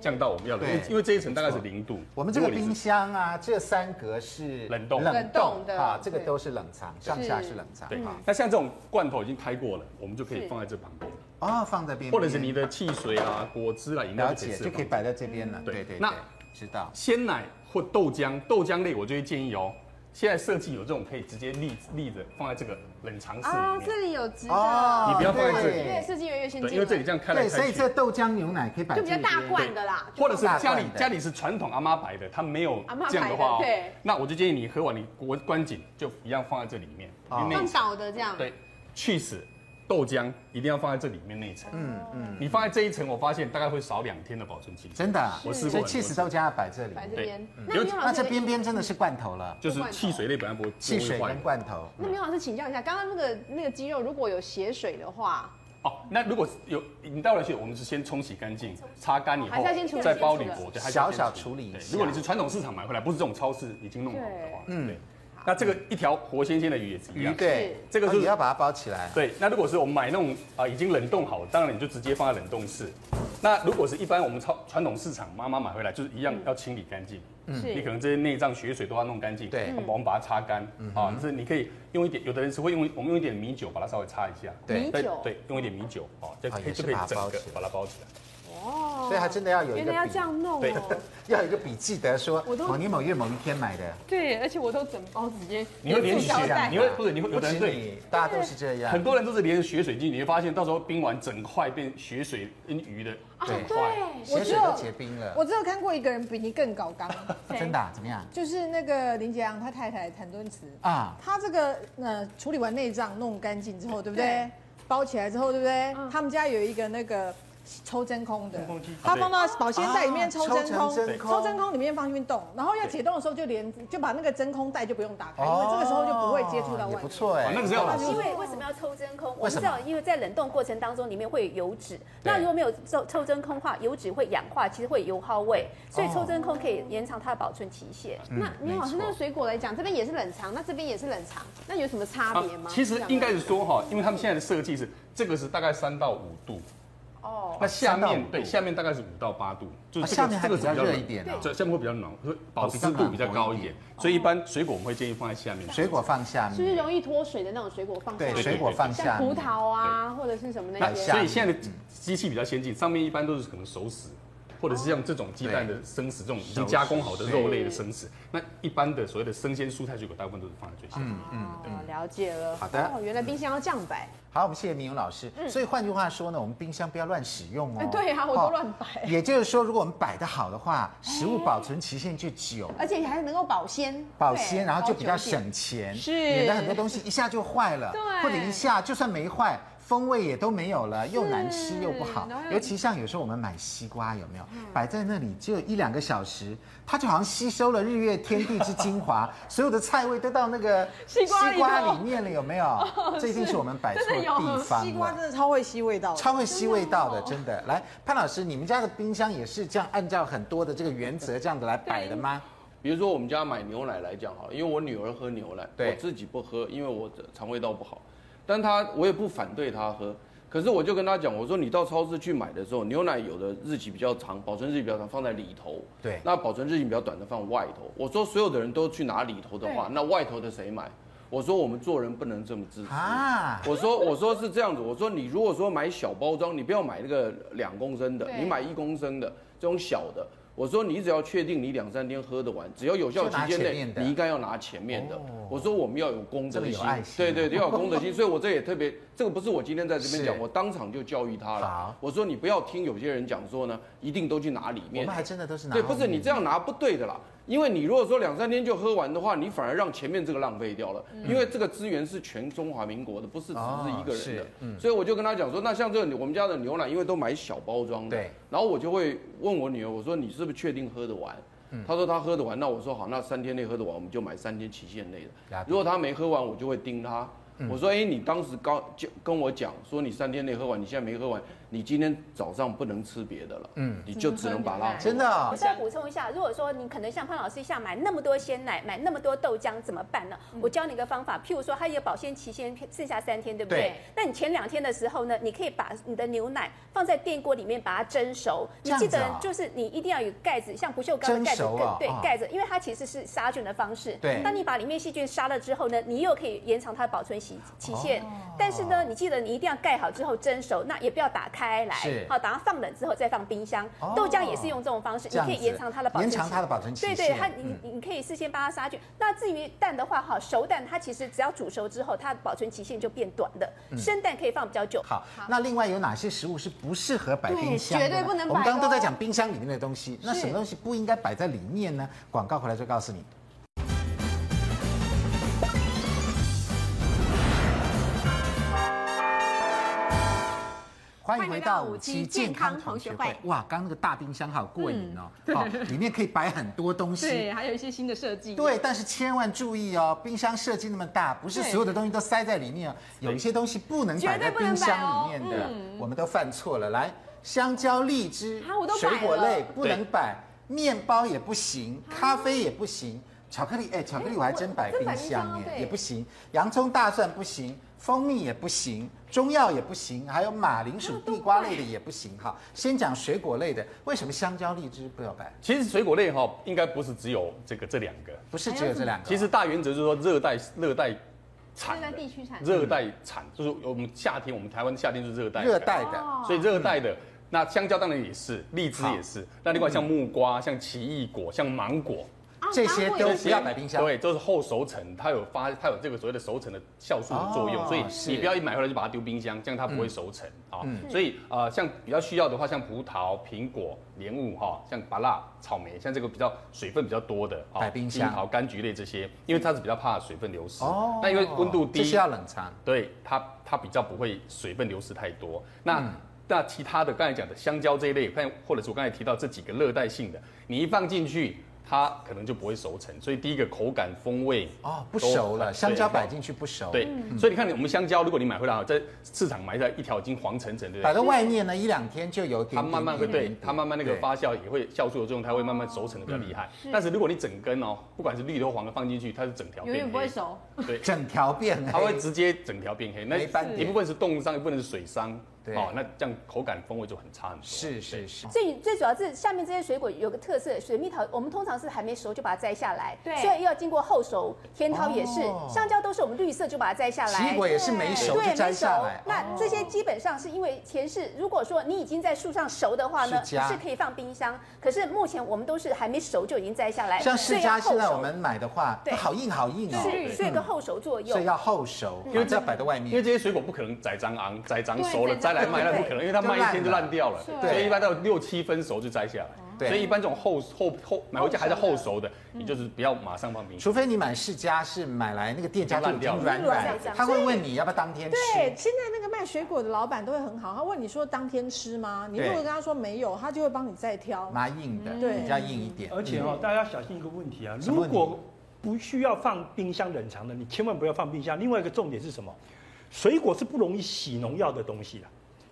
[SPEAKER 7] 降到我们要的，因为
[SPEAKER 1] 对
[SPEAKER 7] 因为这一层大概是零度。
[SPEAKER 1] 我们这个
[SPEAKER 7] 如果你
[SPEAKER 1] 冰
[SPEAKER 7] 是
[SPEAKER 1] 箱啊，这三格是
[SPEAKER 7] 冷冻
[SPEAKER 2] 冷冻的
[SPEAKER 1] 啊，这个
[SPEAKER 2] 对
[SPEAKER 1] 都是冷藏，上下是冷藏。
[SPEAKER 7] 对
[SPEAKER 1] 好，
[SPEAKER 2] 嗯
[SPEAKER 7] 那像这种罐头已经开过了，我们就可以放在这旁边，
[SPEAKER 1] 哦，放在边边，
[SPEAKER 7] 或者是你的汽水啊、果汁啊、饮料
[SPEAKER 1] 了
[SPEAKER 7] 就可以
[SPEAKER 1] 解
[SPEAKER 7] 吃
[SPEAKER 1] 就可以摆在这边了。
[SPEAKER 7] 对
[SPEAKER 1] 对对，
[SPEAKER 7] 那
[SPEAKER 1] 对知道
[SPEAKER 7] 鲜奶或豆浆，豆浆类我就会建议哦。现在设计有这种可以直接立立着放在这个冷藏室
[SPEAKER 2] 啊，
[SPEAKER 7] 里
[SPEAKER 2] 这
[SPEAKER 7] 面，
[SPEAKER 2] 里有直
[SPEAKER 1] 哦
[SPEAKER 2] 的，
[SPEAKER 7] 你不要放在这里
[SPEAKER 2] 对，
[SPEAKER 1] 对
[SPEAKER 2] 设计越来越先
[SPEAKER 7] 对，
[SPEAKER 2] 进，
[SPEAKER 7] 因为这里这样开来
[SPEAKER 1] 对，所
[SPEAKER 7] 开
[SPEAKER 1] 以
[SPEAKER 7] 去
[SPEAKER 1] 这，豆浆牛奶可以摆
[SPEAKER 2] 就比较
[SPEAKER 1] 这
[SPEAKER 2] 大
[SPEAKER 1] 边
[SPEAKER 2] 罐的啦，
[SPEAKER 7] 或者是
[SPEAKER 1] 大
[SPEAKER 7] 家
[SPEAKER 1] 罐
[SPEAKER 7] 里
[SPEAKER 1] 的
[SPEAKER 7] 家里是传统阿妈牌的，它没有
[SPEAKER 2] 阿嬷牌的
[SPEAKER 7] 这样的话哦
[SPEAKER 2] 对，
[SPEAKER 7] 那我就建议你喝完你关关紧就一样放在这里面，
[SPEAKER 1] 哦
[SPEAKER 7] 里面
[SPEAKER 2] 放
[SPEAKER 7] 内层
[SPEAKER 2] 倒的这样，
[SPEAKER 7] 对，去死豆浆一定要放在这里面那一层，嗯嗯，你放在这一层，我发现大概会少两天的保存期限，
[SPEAKER 1] 真的啊，
[SPEAKER 7] 我试过
[SPEAKER 1] 所以
[SPEAKER 7] 很多
[SPEAKER 1] 气死
[SPEAKER 7] 次
[SPEAKER 1] 豆浆要摆这里，
[SPEAKER 2] 摆这边
[SPEAKER 7] 对。嗯
[SPEAKER 2] 那明勇
[SPEAKER 1] 那
[SPEAKER 2] 老师
[SPEAKER 1] 这
[SPEAKER 2] 的
[SPEAKER 1] 边边真的是罐头了，
[SPEAKER 7] 就是汽水类本来不会
[SPEAKER 1] 汽水
[SPEAKER 7] 不会坏
[SPEAKER 1] 跟罐头。嗯
[SPEAKER 2] 那明勇老师请教一下，刚刚那个那个鸡肉如果有血水的话，
[SPEAKER 7] 哦，那如果是有你倒了血，我们是先冲洗干净，擦干以
[SPEAKER 2] 还
[SPEAKER 7] 后
[SPEAKER 2] 是要先处理
[SPEAKER 7] 再哦包铝箔，对，还是
[SPEAKER 1] 小
[SPEAKER 7] 要
[SPEAKER 1] 小
[SPEAKER 7] 先
[SPEAKER 1] 处理一
[SPEAKER 7] 对
[SPEAKER 1] 下
[SPEAKER 7] 如果你是传统市场买回来，不是这种超市已经弄好的话，
[SPEAKER 1] 嗯
[SPEAKER 7] 嗯，对。那这个一条活鲜鲜的鱼也是一
[SPEAKER 1] 鱼
[SPEAKER 7] 样，
[SPEAKER 1] 对，
[SPEAKER 7] 这个
[SPEAKER 1] 哦
[SPEAKER 7] 是
[SPEAKER 1] 也要把它包起来。
[SPEAKER 7] 对，那如果是我们买那种啊、已经冷冻好，当然你就直接放在冷冻室。那如果是一般我们超传统市场妈妈买回来，就是一样要清理干净。
[SPEAKER 2] 是
[SPEAKER 7] 你可能这些内脏血水都要弄干净，
[SPEAKER 1] 对
[SPEAKER 7] 我们把它擦干啊。这你可以用一点，有的人是会用我们用一点米酒把它稍微擦一下，
[SPEAKER 1] 对
[SPEAKER 2] 米
[SPEAKER 7] 对
[SPEAKER 2] 酒
[SPEAKER 7] 对，用一点米酒哦，就
[SPEAKER 1] 啊
[SPEAKER 7] 可
[SPEAKER 1] 也
[SPEAKER 7] 以
[SPEAKER 1] 是
[SPEAKER 7] 就可以
[SPEAKER 1] 把它
[SPEAKER 7] 整
[SPEAKER 1] 包
[SPEAKER 7] 个
[SPEAKER 1] 起来
[SPEAKER 7] 把它包起来。
[SPEAKER 1] 所以它真的要有一
[SPEAKER 2] 哦原
[SPEAKER 1] 个
[SPEAKER 2] 来要
[SPEAKER 1] 笔
[SPEAKER 2] 这样弄
[SPEAKER 7] 对
[SPEAKER 2] 哦。
[SPEAKER 1] 要有一个笔记得说
[SPEAKER 2] 我都
[SPEAKER 1] 某年某月某一天买的，
[SPEAKER 2] 对，而且我都整包直接，
[SPEAKER 7] 你会连
[SPEAKER 2] 连
[SPEAKER 7] 续
[SPEAKER 2] 续胶带
[SPEAKER 7] 你会不是你会有
[SPEAKER 1] 不
[SPEAKER 7] 的
[SPEAKER 1] 止
[SPEAKER 7] 人对。
[SPEAKER 1] 你，大家都是这样。
[SPEAKER 7] 很多人都是连血水进去，你会发现到时候冰完整块变血水跟鱼的
[SPEAKER 2] 啊
[SPEAKER 7] 整块，
[SPEAKER 1] 血水都结冰了
[SPEAKER 4] 我，只有看过一个人比你更搞刚，
[SPEAKER 1] 真的啊怎么样
[SPEAKER 4] 就是那个林杰阳他太太谭敦慈，
[SPEAKER 1] 啊？
[SPEAKER 4] 他这个呃处理完内脏弄干净之后，对不对？包起来之后，对不对？
[SPEAKER 6] 嗯
[SPEAKER 4] 他们家有一个那个抽真空的，他放到保鲜袋里面
[SPEAKER 1] 啊
[SPEAKER 4] 抽真
[SPEAKER 1] 抽
[SPEAKER 4] 空，
[SPEAKER 1] 成真空
[SPEAKER 4] 抽真空里面放运动，然后要解冻的时候就连就把那个真空袋就不用打
[SPEAKER 2] 哎
[SPEAKER 4] 开，因为这个时候就不会接触到
[SPEAKER 1] 也
[SPEAKER 4] 外
[SPEAKER 1] 不
[SPEAKER 4] 面。
[SPEAKER 1] 错哎
[SPEAKER 7] 哦，那个是要
[SPEAKER 3] 因为为什么要抽真空？我
[SPEAKER 1] 为
[SPEAKER 3] 们
[SPEAKER 1] 什
[SPEAKER 3] 知
[SPEAKER 1] 么
[SPEAKER 3] 道，因为在冷冻过程当中，里面会有油脂。
[SPEAKER 1] 对
[SPEAKER 3] 那如果没有抽抽真空的话，油脂会氧化，其实会有油耗味。所以
[SPEAKER 1] 哦
[SPEAKER 3] 抽真空可以延长它的保存期限。
[SPEAKER 7] 嗯
[SPEAKER 2] 那明勇老师，
[SPEAKER 1] 没错
[SPEAKER 2] 那个水果来讲，这边也是冷藏，那这边也是冷藏，那有什么差别吗？
[SPEAKER 7] 啊其实应该是说哈，因为他们现在的设计是这个是大概三到五度，
[SPEAKER 2] 哦，
[SPEAKER 7] 那下
[SPEAKER 1] 3到5
[SPEAKER 7] 面
[SPEAKER 1] 度
[SPEAKER 7] 对下面大概是五到八度，就
[SPEAKER 1] 啊
[SPEAKER 7] 这
[SPEAKER 1] 下
[SPEAKER 7] 个
[SPEAKER 1] 面还
[SPEAKER 7] 这个是
[SPEAKER 1] 比较热
[SPEAKER 7] 冷
[SPEAKER 1] 一点哦
[SPEAKER 7] 对，下面会比较暖，会保
[SPEAKER 1] 比
[SPEAKER 7] 湿
[SPEAKER 1] 较
[SPEAKER 7] 度比较
[SPEAKER 1] 暖和
[SPEAKER 7] 高
[SPEAKER 1] 一
[SPEAKER 7] 一
[SPEAKER 1] 点
[SPEAKER 7] 点，所以一般水果我们会建议放在下面。
[SPEAKER 1] 水果放下
[SPEAKER 2] 就是
[SPEAKER 1] 面，
[SPEAKER 2] 容易脱水的那种水果放下
[SPEAKER 1] 对，
[SPEAKER 2] 去
[SPEAKER 1] 水果放下
[SPEAKER 2] 像
[SPEAKER 1] 面
[SPEAKER 2] 葡，萄啊，或者是什么那
[SPEAKER 7] 那
[SPEAKER 2] 些
[SPEAKER 1] 下
[SPEAKER 7] 所
[SPEAKER 1] 面
[SPEAKER 7] 以现在的机器比较先进，上面一般都是可能熟食，或者是像这种鸡蛋的生食，这种已经加工好的肉类的生食。那一般的所谓的生鲜蔬菜水果，大部分都是放在最下面。
[SPEAKER 1] 嗯
[SPEAKER 2] 哦，了解了。
[SPEAKER 1] 好的
[SPEAKER 2] 哦，原来冰箱要这样摆。
[SPEAKER 1] 好，我们谢谢明勇老师。所以换句话说呢，我们冰箱不要乱使用
[SPEAKER 2] 嗯哎
[SPEAKER 1] 哦。
[SPEAKER 2] 对啊我都乱摆
[SPEAKER 1] 哦也就是说，如果我们摆得好的话，食物保存期限就久。
[SPEAKER 2] 而且还能够保鲜，
[SPEAKER 1] 保鲜，然后就比较
[SPEAKER 2] 保久一点
[SPEAKER 1] 省钱，
[SPEAKER 2] 是
[SPEAKER 1] 免得很多东西一下就坏了，
[SPEAKER 2] 对
[SPEAKER 1] 或者一下就算没坏，风味也都没有了，又难吃又不好
[SPEAKER 2] 然后。又嗯
[SPEAKER 1] 尤其像有时候我们买西瓜，有没有摆在那里只有一两个小时，它就好像吸收了日月天地之精 华，所有的菜味都到那个
[SPEAKER 2] 西瓜里头哦
[SPEAKER 1] 里面了，有没有？这一定是我们摆错
[SPEAKER 2] 真的有
[SPEAKER 1] 地方了。
[SPEAKER 4] 西瓜真的超会吸味道的，
[SPEAKER 1] 超会吸味道的，真的。来，潘老师，你们家的冰箱也是这样按照很多的这个原则这样子来摆的吗？
[SPEAKER 8] 比如说我们家买牛奶来讲好了，因为我女儿喝牛奶，
[SPEAKER 1] 对
[SPEAKER 8] 我自己不喝，因为我肠胃道不好，但她我也不反对她喝，可是我就跟他讲，我说你到超市去买的时候，牛奶有的日期比较长，保存日期比较长，放在里头。
[SPEAKER 1] 对
[SPEAKER 8] 那保存日期比较短的放外头。我说所有的人都去拿里头的话，那外头的谁买？我说我们做人不能这么自私。
[SPEAKER 1] 啊，
[SPEAKER 8] 我说我说是这样子，我说你如果说买小包装，你不要买那个两公升的，
[SPEAKER 6] 对
[SPEAKER 8] 你买一公升的这种小的。我说你只要确定你两三天喝得完，只要有效期间
[SPEAKER 1] 就拿前
[SPEAKER 8] 内
[SPEAKER 1] 面，的
[SPEAKER 8] 你应该要拿前面的
[SPEAKER 1] 哦。
[SPEAKER 8] 我说我们要有公德
[SPEAKER 1] 这么有
[SPEAKER 8] 心
[SPEAKER 1] 爱心，啊
[SPEAKER 8] 对对，对要有公德心。所以我这也特别，这个不是我今天在这边讲，
[SPEAKER 1] 是
[SPEAKER 8] 我当场就教育他
[SPEAKER 1] 好
[SPEAKER 8] 了。我说你不要听有些人讲说呢，一定都去拿里
[SPEAKER 1] 我
[SPEAKER 8] 面
[SPEAKER 1] 们。还真的都是拿
[SPEAKER 8] 对，不是你这
[SPEAKER 1] 样
[SPEAKER 8] 样拿不对的啦。因为你如果说两三天就喝完的话，你反而让前面这个浪费掉了，
[SPEAKER 1] 嗯
[SPEAKER 8] 因为这个资源是全中华民国的，不是只是一个人的。
[SPEAKER 1] 哦是嗯
[SPEAKER 8] 所以我就跟他讲说，那像这个我们家的牛奶，因为都买小包装的，
[SPEAKER 1] 对，
[SPEAKER 8] 然后我就会问我女儿，我说你是不是确定喝得完？
[SPEAKER 1] 嗯
[SPEAKER 8] 她说她喝得完，那我说好，那三天内喝得完，我们就买三天期限内
[SPEAKER 1] 了
[SPEAKER 8] 的
[SPEAKER 1] 解。嗯
[SPEAKER 8] 如果她没喝完，我就会盯她。我说，哎，你当时刚就跟我讲说你三天内喝完，你现在没喝完，你今天早上不能吃别的了，
[SPEAKER 1] 嗯
[SPEAKER 8] 嗯，你就只能把它
[SPEAKER 1] 真的哦
[SPEAKER 3] 我是要补充一下，如果说你可能像潘老师一样买那么多鲜奶，买那么多豆浆怎么办呢？
[SPEAKER 1] 嗯
[SPEAKER 3] 我教你一个方法，譬如说它有保鲜期限剩下三天，对不对？
[SPEAKER 1] 对
[SPEAKER 3] 那你前两天的时候呢，你可以把你的牛奶放在电锅里面把它蒸熟。
[SPEAKER 1] 这
[SPEAKER 3] 你
[SPEAKER 1] 样子
[SPEAKER 3] 记
[SPEAKER 1] 啊
[SPEAKER 3] 得就是你一定要有盖子，像不锈钢的盖
[SPEAKER 1] 蒸
[SPEAKER 3] 子
[SPEAKER 1] 熟
[SPEAKER 3] 更、
[SPEAKER 1] 啊
[SPEAKER 3] 对
[SPEAKER 1] 啊
[SPEAKER 3] 盖子，因为它其实是杀菌的方式。
[SPEAKER 1] 对
[SPEAKER 3] 当你把里面细菌杀了之后呢，你又可以延长它的保存期期
[SPEAKER 1] 哦
[SPEAKER 3] 限。但是呢，你记得你一定要盖好之后蒸熟，那也不要打开来
[SPEAKER 1] 是，
[SPEAKER 3] 好，等它放冷之后再放冰箱。
[SPEAKER 1] 哦
[SPEAKER 3] 豆浆也是用这种方式。
[SPEAKER 1] 这
[SPEAKER 3] 你
[SPEAKER 1] 样
[SPEAKER 3] 可
[SPEAKER 1] 子
[SPEAKER 3] 以延长它的保存期，
[SPEAKER 1] 延长它的保存期
[SPEAKER 3] 对
[SPEAKER 1] 限
[SPEAKER 3] 对，它你
[SPEAKER 1] 嗯
[SPEAKER 3] 你可以事先帮它杀菌。那至于蛋的话，哈，熟蛋它其实只要煮熟之后，它的保存期限就变短的。生蛋可以放比较久。
[SPEAKER 1] 嗯好，那另外有哪些食物是不适合摆冰箱的呢？
[SPEAKER 6] 对绝对不能摆
[SPEAKER 1] 我们刚刚
[SPEAKER 6] 的
[SPEAKER 1] 都
[SPEAKER 6] 哦
[SPEAKER 1] 在讲冰箱里面的东西，那什么东西不应该摆在里面呢？广告回来就告诉你。欢迎回到五期健康同学会。哇，刚刚那个大冰箱好过瘾哦！好，里面可以摆很多东西。
[SPEAKER 2] 对，还有一些新的设计。
[SPEAKER 1] 对，但是千万注意哦，冰箱设计那么大，不是所有的东西都塞在里面哦，有一些东西不能摆在冰箱里面的，我们都犯错了。来，香蕉、荔枝
[SPEAKER 2] 啊我都，摆
[SPEAKER 1] 水
[SPEAKER 2] 了
[SPEAKER 1] 果类不能摆，面包也不行，咖啡也不行。巧克力，哎，巧克力我还真摆
[SPEAKER 6] 我真
[SPEAKER 1] 冰
[SPEAKER 6] 摆
[SPEAKER 1] 箱
[SPEAKER 6] 冰箱
[SPEAKER 1] 耶，
[SPEAKER 6] 对
[SPEAKER 1] 也不行。洋葱、大蒜不行，蜂蜜也不行，中药也不行，还有马铃薯、地瓜类的也不行哈。先讲水果类的，为什么香蕉、荔枝不要摆？
[SPEAKER 7] 其实水果类哈，应该不是只有这个这两个，
[SPEAKER 1] 不是只有这两个哦，
[SPEAKER 7] 其实大原则就是说热带热带产
[SPEAKER 6] 现在
[SPEAKER 7] 的，
[SPEAKER 6] 地区产
[SPEAKER 7] 热带产就是我们夏天，我们台湾夏天就是热带的
[SPEAKER 1] 热带嗯的。
[SPEAKER 7] 所以热带的。那香蕉当然也是，荔枝也是。那另外像木瓜、像奇异果、像芒果，
[SPEAKER 1] 这些都
[SPEAKER 7] 这
[SPEAKER 1] 不
[SPEAKER 7] 些
[SPEAKER 1] 要摆冰箱。
[SPEAKER 7] 对，都是后熟成，它有发，它有这个所谓的熟成的酵素的作用，
[SPEAKER 1] 哦
[SPEAKER 7] 所以
[SPEAKER 1] 是嗯
[SPEAKER 7] 你不要一买回来就把它丢冰箱，这样它不会熟成啊。所以呃，像比较需要的话，像葡萄、苹果、莲雾哈，像芭乐、草莓，像这个比较水分比较多的，啊
[SPEAKER 1] 摆冰箱
[SPEAKER 7] 樱桃、柑橘类这些，因为它是比较怕水分流失。
[SPEAKER 1] 哦，
[SPEAKER 7] 那因为温度低，
[SPEAKER 1] 这是要冷藏。
[SPEAKER 7] 对它它比较不会水分流失太多。那、那其他的刚才讲的香蕉这一类，看或者是我刚才提到这几个热带性的，你一放进去，它可能就不会熟成。所以第一个口感风味
[SPEAKER 1] 哦，不熟
[SPEAKER 7] 都
[SPEAKER 1] 了，
[SPEAKER 7] 很
[SPEAKER 1] 香蕉摆进去不熟。
[SPEAKER 7] 对，所以你看我们香蕉，如果你买回来啊，在市场买的一条已经黄橙橙，对不
[SPEAKER 1] 摆
[SPEAKER 7] 对？
[SPEAKER 1] 到外面呢，一两天就有点
[SPEAKER 7] 它慢慢会
[SPEAKER 1] 点
[SPEAKER 7] 对
[SPEAKER 1] 点
[SPEAKER 7] 它慢慢那个
[SPEAKER 1] 对
[SPEAKER 7] 发酵也会酵素的作用，它会慢慢熟成的比较厉害。
[SPEAKER 6] 嗯
[SPEAKER 7] 但是如果你整根哦，不管是绿的或黄的放进去，它是整条
[SPEAKER 6] 永
[SPEAKER 7] 变
[SPEAKER 6] 远不会
[SPEAKER 7] 黑
[SPEAKER 6] 熟。
[SPEAKER 7] 对，
[SPEAKER 1] 整条变黑。
[SPEAKER 7] 它会直接整条变黑，那
[SPEAKER 1] 没斑点
[SPEAKER 7] 一部分是冻伤，一部分是水伤，
[SPEAKER 1] 对
[SPEAKER 7] 哦，那这样口感风味就很差很多。
[SPEAKER 1] 是是是。
[SPEAKER 3] 最最主要是下面这些水果有个特色，水蜜桃我们通常是还没熟就把它摘下来，
[SPEAKER 6] 对
[SPEAKER 3] 所以要经过后熟。甜桃也是
[SPEAKER 1] 哦，
[SPEAKER 3] 香蕉都是我们绿色就把它摘下来。
[SPEAKER 1] 奇异果也是没熟
[SPEAKER 3] 哎对，
[SPEAKER 1] 哎就
[SPEAKER 3] 没
[SPEAKER 1] 摘
[SPEAKER 3] 熟
[SPEAKER 1] 下来。。哦
[SPEAKER 3] 那这些基本上是因为前世，如果说你已经在树上熟的话呢，
[SPEAKER 1] 释迦
[SPEAKER 3] 是可以放冰箱。可是目前我们都是还没熟就已经摘下来，
[SPEAKER 1] 像
[SPEAKER 3] 所
[SPEAKER 1] 释
[SPEAKER 3] 以要
[SPEAKER 1] 迦
[SPEAKER 3] 后
[SPEAKER 1] 现在
[SPEAKER 3] 熟
[SPEAKER 1] 我们买的话，
[SPEAKER 3] 对
[SPEAKER 1] 它好硬好硬哦，
[SPEAKER 3] 是，所以有个后熟作
[SPEAKER 1] 所以
[SPEAKER 3] 用。
[SPEAKER 1] 要后熟，因
[SPEAKER 7] 因为
[SPEAKER 1] 为
[SPEAKER 7] 这
[SPEAKER 1] 这摆到外
[SPEAKER 7] 嗯因为
[SPEAKER 1] 面。
[SPEAKER 7] 这些水果不可能栽赃昂栽赃
[SPEAKER 6] 对
[SPEAKER 7] 熟了
[SPEAKER 6] 栽赃
[SPEAKER 7] 摘来卖，那
[SPEAKER 3] 对
[SPEAKER 7] 不可能，因为它
[SPEAKER 1] 就
[SPEAKER 7] 卖一
[SPEAKER 1] 烂
[SPEAKER 7] 天就
[SPEAKER 1] 了
[SPEAKER 7] 烂掉了，
[SPEAKER 1] 对
[SPEAKER 7] 所以一般到六七分熟就摘下
[SPEAKER 1] 对
[SPEAKER 7] 来。所以一般这种后后后买回家还是后熟的，你就是不要马上放冰箱。
[SPEAKER 1] 除非你买释迦是买来那个店家
[SPEAKER 7] 就烂
[SPEAKER 1] 就已经
[SPEAKER 7] 掉了
[SPEAKER 1] 软软
[SPEAKER 3] 已经，软
[SPEAKER 1] 他会问你要不要当天
[SPEAKER 9] 对，
[SPEAKER 1] 吃。
[SPEAKER 9] 现在那个卖水果的老板都会很好，他问你说当天吃吗？你如
[SPEAKER 1] 对
[SPEAKER 9] 果跟他说没有，他就会帮你再挑。
[SPEAKER 1] 蛮硬的，
[SPEAKER 9] 对
[SPEAKER 3] 嗯
[SPEAKER 1] 比较硬一点。
[SPEAKER 5] 而且哦，大家要小心一个问题啊，
[SPEAKER 1] 哎什么
[SPEAKER 5] 如
[SPEAKER 1] 问题
[SPEAKER 5] 果不需要放冰箱冷藏的，你千万不要放冰箱。另外一个重点是什么？水果是不容易洗农药的东西啊，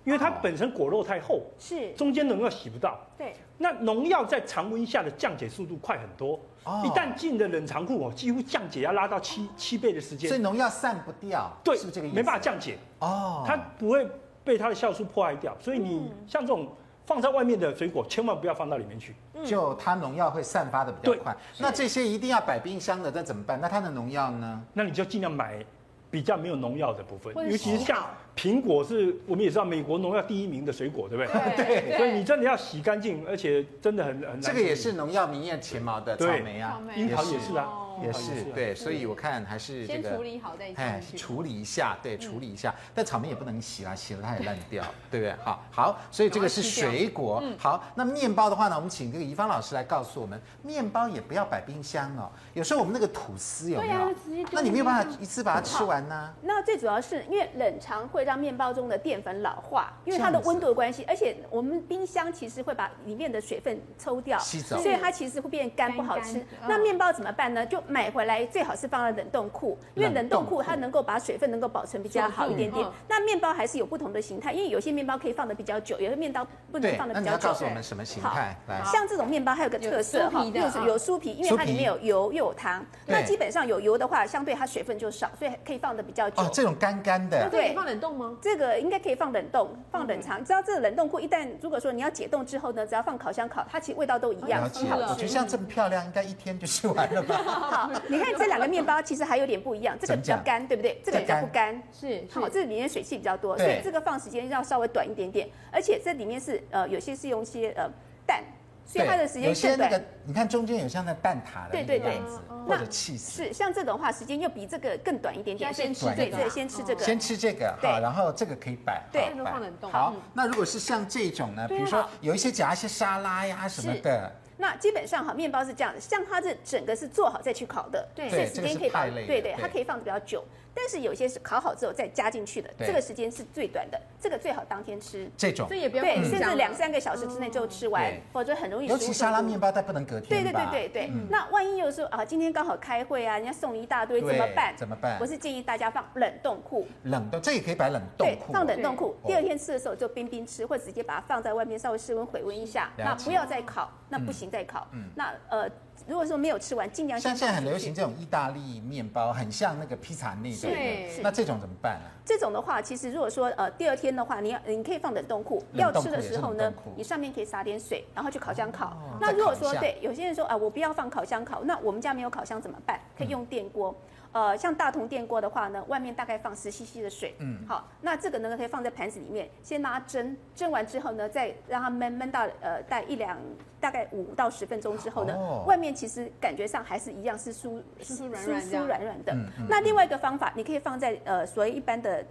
[SPEAKER 5] 因
[SPEAKER 1] 哦
[SPEAKER 5] 为它本身果肉太厚，
[SPEAKER 3] 是，
[SPEAKER 5] 中间农药洗不到。
[SPEAKER 3] 对，
[SPEAKER 5] 那农药在常温下的降解速度快很多，
[SPEAKER 1] 哦
[SPEAKER 5] 一旦进了冷藏库哦，几乎降解要拉到七七倍的时
[SPEAKER 1] 嗯所以
[SPEAKER 5] 间，
[SPEAKER 1] 农药散不掉，
[SPEAKER 5] 对
[SPEAKER 1] 是不是这个意，思？
[SPEAKER 5] 没办法降解，
[SPEAKER 1] 哦，嗯
[SPEAKER 5] 它不会被它的酵素破坏掉。所以你像这种放在外面的水果，千万不要放到里面去。
[SPEAKER 1] 就它农药会散发的比较
[SPEAKER 5] 嗯对
[SPEAKER 1] 快。那这些一定要摆冰箱的，那怎么办？那它的农药呢？
[SPEAKER 5] 那你就尽量买比较没有农药的部分
[SPEAKER 2] 或，者
[SPEAKER 5] 尤其是像苹果是，我们也知道美国农药第一名的水果，对不对？
[SPEAKER 1] 对，
[SPEAKER 5] 所以你真的要洗干净，而且真的很很难。
[SPEAKER 1] 这个也是农药名列前茅的草
[SPEAKER 5] 对
[SPEAKER 1] 莓啊，
[SPEAKER 5] 樱桃也是啊，
[SPEAKER 1] 也
[SPEAKER 5] 樱桃
[SPEAKER 1] 是
[SPEAKER 5] 啊。
[SPEAKER 1] 对，所以我看还是这
[SPEAKER 6] 先
[SPEAKER 1] 个
[SPEAKER 6] 处理好再
[SPEAKER 1] 哎
[SPEAKER 6] 进，去。
[SPEAKER 1] 处理一下，对，处理一下。但草莓也不能洗啦，洗了它也烂掉， 对不对？好，好，所以这个是水果。好，那面包的话呢，我们请这个怡芳老师来告诉我们，面包也不要摆冰箱哦。有时候我们那个吐司有没
[SPEAKER 2] 对啊
[SPEAKER 1] 有
[SPEAKER 2] 就直接丢？
[SPEAKER 1] 那你没有办法一次把它吃完呢？
[SPEAKER 3] 那最主要是因为冷藏会让面包中的淀粉老化，因为它
[SPEAKER 1] 这
[SPEAKER 3] 的
[SPEAKER 1] 样子
[SPEAKER 3] 温度的关系，而且我们冰箱其实会把里面的水分抽掉，
[SPEAKER 1] 吸走
[SPEAKER 3] 所以它其实会变干，
[SPEAKER 6] 干嗯
[SPEAKER 3] 不好吃
[SPEAKER 6] 干。
[SPEAKER 3] 那面包怎么办呢？就买回来最好是放在冷冻库，因为冷冻
[SPEAKER 1] 冷冻库
[SPEAKER 3] 库它能够把水分能够保存比较好一点点
[SPEAKER 6] 嗯。
[SPEAKER 3] 那面包还是有不同的形态，因为有些面包可以放的比较久，有些面包不能
[SPEAKER 1] 对
[SPEAKER 3] 放，的
[SPEAKER 1] 那你
[SPEAKER 3] 比较
[SPEAKER 1] 要
[SPEAKER 3] 久
[SPEAKER 1] 告。诉我们什么形态来？
[SPEAKER 3] 像这种面包还有个特色哈，
[SPEAKER 6] 有酥皮的
[SPEAKER 3] 又是
[SPEAKER 6] 啊
[SPEAKER 3] 有酥皮，因为它里面有油又有糖。
[SPEAKER 1] 对
[SPEAKER 3] 那基本上有油的话，相对它水分就少，所以可以放的比较久
[SPEAKER 1] 哦，。这种干干
[SPEAKER 2] 那
[SPEAKER 1] 的，
[SPEAKER 2] 这个可以放冷冻吗？
[SPEAKER 3] 这个应该可以放冷冻，放冷藏。你知道这个冷冻库一旦如果说你要解冻之后呢，只要放烤箱烤，它其实味道都一样，
[SPEAKER 1] 了
[SPEAKER 3] 很
[SPEAKER 1] 解。
[SPEAKER 3] 好
[SPEAKER 1] 我
[SPEAKER 3] 吃
[SPEAKER 1] 觉得。像这么漂亮，应该一天就吃完了 吧？
[SPEAKER 3] 好，你看这两个面包其实还有点不一样，这个比
[SPEAKER 1] 怎
[SPEAKER 3] 较
[SPEAKER 1] 么讲
[SPEAKER 3] 干，对不对？这个比较不干。
[SPEAKER 6] 是
[SPEAKER 3] 好，这里面水汽比较多，
[SPEAKER 1] 对
[SPEAKER 3] 所以这个放时间要稍微短一点点，而且这里面是呃有些是用一些呃蛋，所以它的时
[SPEAKER 1] 有
[SPEAKER 3] 间
[SPEAKER 1] 些
[SPEAKER 3] 更
[SPEAKER 1] 那
[SPEAKER 3] 短
[SPEAKER 1] 个。，你看中间有像那蛋挞的
[SPEAKER 3] 对
[SPEAKER 1] 那个
[SPEAKER 3] 对对
[SPEAKER 1] 样子，或
[SPEAKER 3] 那
[SPEAKER 1] 者 cheese。
[SPEAKER 3] 是像这种的话，时间又比这个更短一点点。
[SPEAKER 6] 先
[SPEAKER 1] 吃这个
[SPEAKER 3] 对对，先吃这个。
[SPEAKER 1] 先吃这个
[SPEAKER 3] 对
[SPEAKER 1] 好，然后这个可以摆，
[SPEAKER 3] 对
[SPEAKER 1] 好
[SPEAKER 2] 那就
[SPEAKER 1] 摆
[SPEAKER 2] 放冷冻
[SPEAKER 3] 嗯
[SPEAKER 1] 好，那如果是像这种呢，比
[SPEAKER 3] 啊
[SPEAKER 1] 如说有一些夹一些沙拉呀什么的，
[SPEAKER 3] 那基本上哈，面包是这样的，像它这整个是做好再去烤的，
[SPEAKER 6] 对
[SPEAKER 3] 所以时间可
[SPEAKER 1] 这个
[SPEAKER 3] 以放，
[SPEAKER 1] 是派类的
[SPEAKER 3] 对
[SPEAKER 1] 对
[SPEAKER 3] 对，它可以放的比较久。但是有些是烤好之后再加进去的，
[SPEAKER 1] 对
[SPEAKER 3] 这个时间是最短的，这个最好当天吃，
[SPEAKER 1] 这种
[SPEAKER 2] 这，也不要
[SPEAKER 3] 对，
[SPEAKER 2] 放
[SPEAKER 3] 甚
[SPEAKER 2] 冷
[SPEAKER 3] 至
[SPEAKER 2] 冻
[SPEAKER 3] 两三个小时之内就吃完
[SPEAKER 1] 对，
[SPEAKER 3] 否则很容易。
[SPEAKER 1] 尤其沙拉面包，
[SPEAKER 3] 包。
[SPEAKER 1] 它不能隔天
[SPEAKER 3] 对对对
[SPEAKER 1] 吧嗯
[SPEAKER 3] 对对，那万一有时候啊，今天刚好开会啊，人家送一大堆，怎么办？
[SPEAKER 1] 怎么办
[SPEAKER 3] 我是建议大家放冷冻库，
[SPEAKER 1] 冷冻，这也可以摆冷冻
[SPEAKER 3] 对，
[SPEAKER 1] 库，哦
[SPEAKER 3] 放冷冻库，
[SPEAKER 1] 对
[SPEAKER 3] 第二天吃的时候就冰冰吃，或者直接把它放在外面稍微室温回温一下。
[SPEAKER 1] 了解嗯
[SPEAKER 3] 那不要再烤，那不行再烤。那呃，如果说没有吃完，尽量
[SPEAKER 1] 像
[SPEAKER 3] 先
[SPEAKER 1] 现在很
[SPEAKER 3] 放
[SPEAKER 1] 流
[SPEAKER 3] 进
[SPEAKER 1] 行
[SPEAKER 3] 去。
[SPEAKER 1] 这种意大利面包，很像那个披萨那种
[SPEAKER 6] 对
[SPEAKER 1] 的
[SPEAKER 6] 是，
[SPEAKER 1] 那这种怎么办啊呢？
[SPEAKER 3] 这种的话，其实如果说呃第二天的话，你要你可以放冷冻库，
[SPEAKER 1] 冷
[SPEAKER 3] 要
[SPEAKER 1] 冻库
[SPEAKER 3] 吃的时候
[SPEAKER 1] 也是冷
[SPEAKER 3] 呢
[SPEAKER 1] 冻库，
[SPEAKER 3] 你上面可以撒点水，然后去烤箱烤。
[SPEAKER 1] 哦
[SPEAKER 3] 那如果说
[SPEAKER 1] 再烤一下
[SPEAKER 3] 对有些人说啊、我不要放烤箱烤，那我们家没有烤箱怎么
[SPEAKER 1] 嗯
[SPEAKER 3] 办？可以用电锅。呃，像大同电锅的话呢，外面大概放十 CC 的水，嗯，好，那这个呢可以放在盘子里面，先让它蒸，蒸完之后呢，再让它焖焖到呃大概一两大概五到十分钟之后呢，
[SPEAKER 1] 哦
[SPEAKER 3] 外面其实感觉上还是一样是酥
[SPEAKER 6] 酥酥软软
[SPEAKER 3] 酥
[SPEAKER 6] 这样
[SPEAKER 3] 软软
[SPEAKER 1] 嗯
[SPEAKER 3] 的。那另外一个方法，你可以放在呃所谓一般的。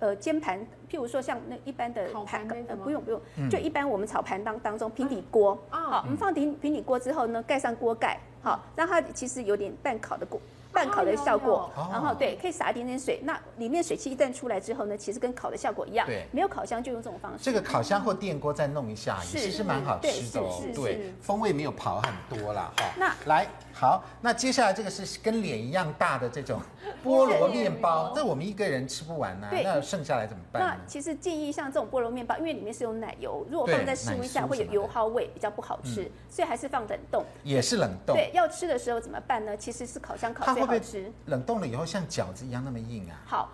[SPEAKER 3] 呃，煎盘，譬如说像那一般的
[SPEAKER 2] 烤盘那种
[SPEAKER 3] 呃，
[SPEAKER 2] 吗
[SPEAKER 3] 不用不用，
[SPEAKER 1] 嗯
[SPEAKER 3] 就一般我们炒盘当当中平底锅，
[SPEAKER 6] 哦
[SPEAKER 2] 啊
[SPEAKER 3] 好，我们放平平底锅之后呢，盖上锅盖，好，
[SPEAKER 6] 嗯
[SPEAKER 3] 让它其实有点半烤
[SPEAKER 6] 哦
[SPEAKER 3] 的锅，半烤的效果，
[SPEAKER 1] 有有
[SPEAKER 3] 然后对，可以撒一点点水，那里面水汽一旦出来之后呢，其实跟烤的效果一样
[SPEAKER 1] 对，
[SPEAKER 3] 没有烤箱就用这种方式，
[SPEAKER 1] 这个烤箱或电锅再弄一下，
[SPEAKER 3] 是
[SPEAKER 1] 也其实蛮好吃的哦
[SPEAKER 3] 对是。是
[SPEAKER 1] 对，风味没有跑很多啦。哈。
[SPEAKER 3] 那
[SPEAKER 1] 来好，那接下来这个是跟脸一样大的这种菠萝面包，这我们一个人吃不完呐、啊
[SPEAKER 3] 对
[SPEAKER 1] 那剩下来怎么
[SPEAKER 3] 那
[SPEAKER 1] 办呢？
[SPEAKER 3] 其实建议像这种菠萝面包，因为里面是有奶油，如果
[SPEAKER 1] 对
[SPEAKER 3] 放在室温
[SPEAKER 1] 奶
[SPEAKER 3] 下
[SPEAKER 1] 酥
[SPEAKER 3] 会
[SPEAKER 1] 什
[SPEAKER 3] 有
[SPEAKER 1] 么的嗯
[SPEAKER 3] 油耗味，比较不好吃，所以还是放冷冻。
[SPEAKER 1] 也是冷冻，
[SPEAKER 3] 对，要吃的时候怎么办呢？其实是烤箱烤
[SPEAKER 1] 它会
[SPEAKER 3] 最
[SPEAKER 1] 不
[SPEAKER 3] 好
[SPEAKER 1] 会
[SPEAKER 3] 吃。
[SPEAKER 1] 冷冻了以后像饺子一样那么硬啊？
[SPEAKER 3] 好，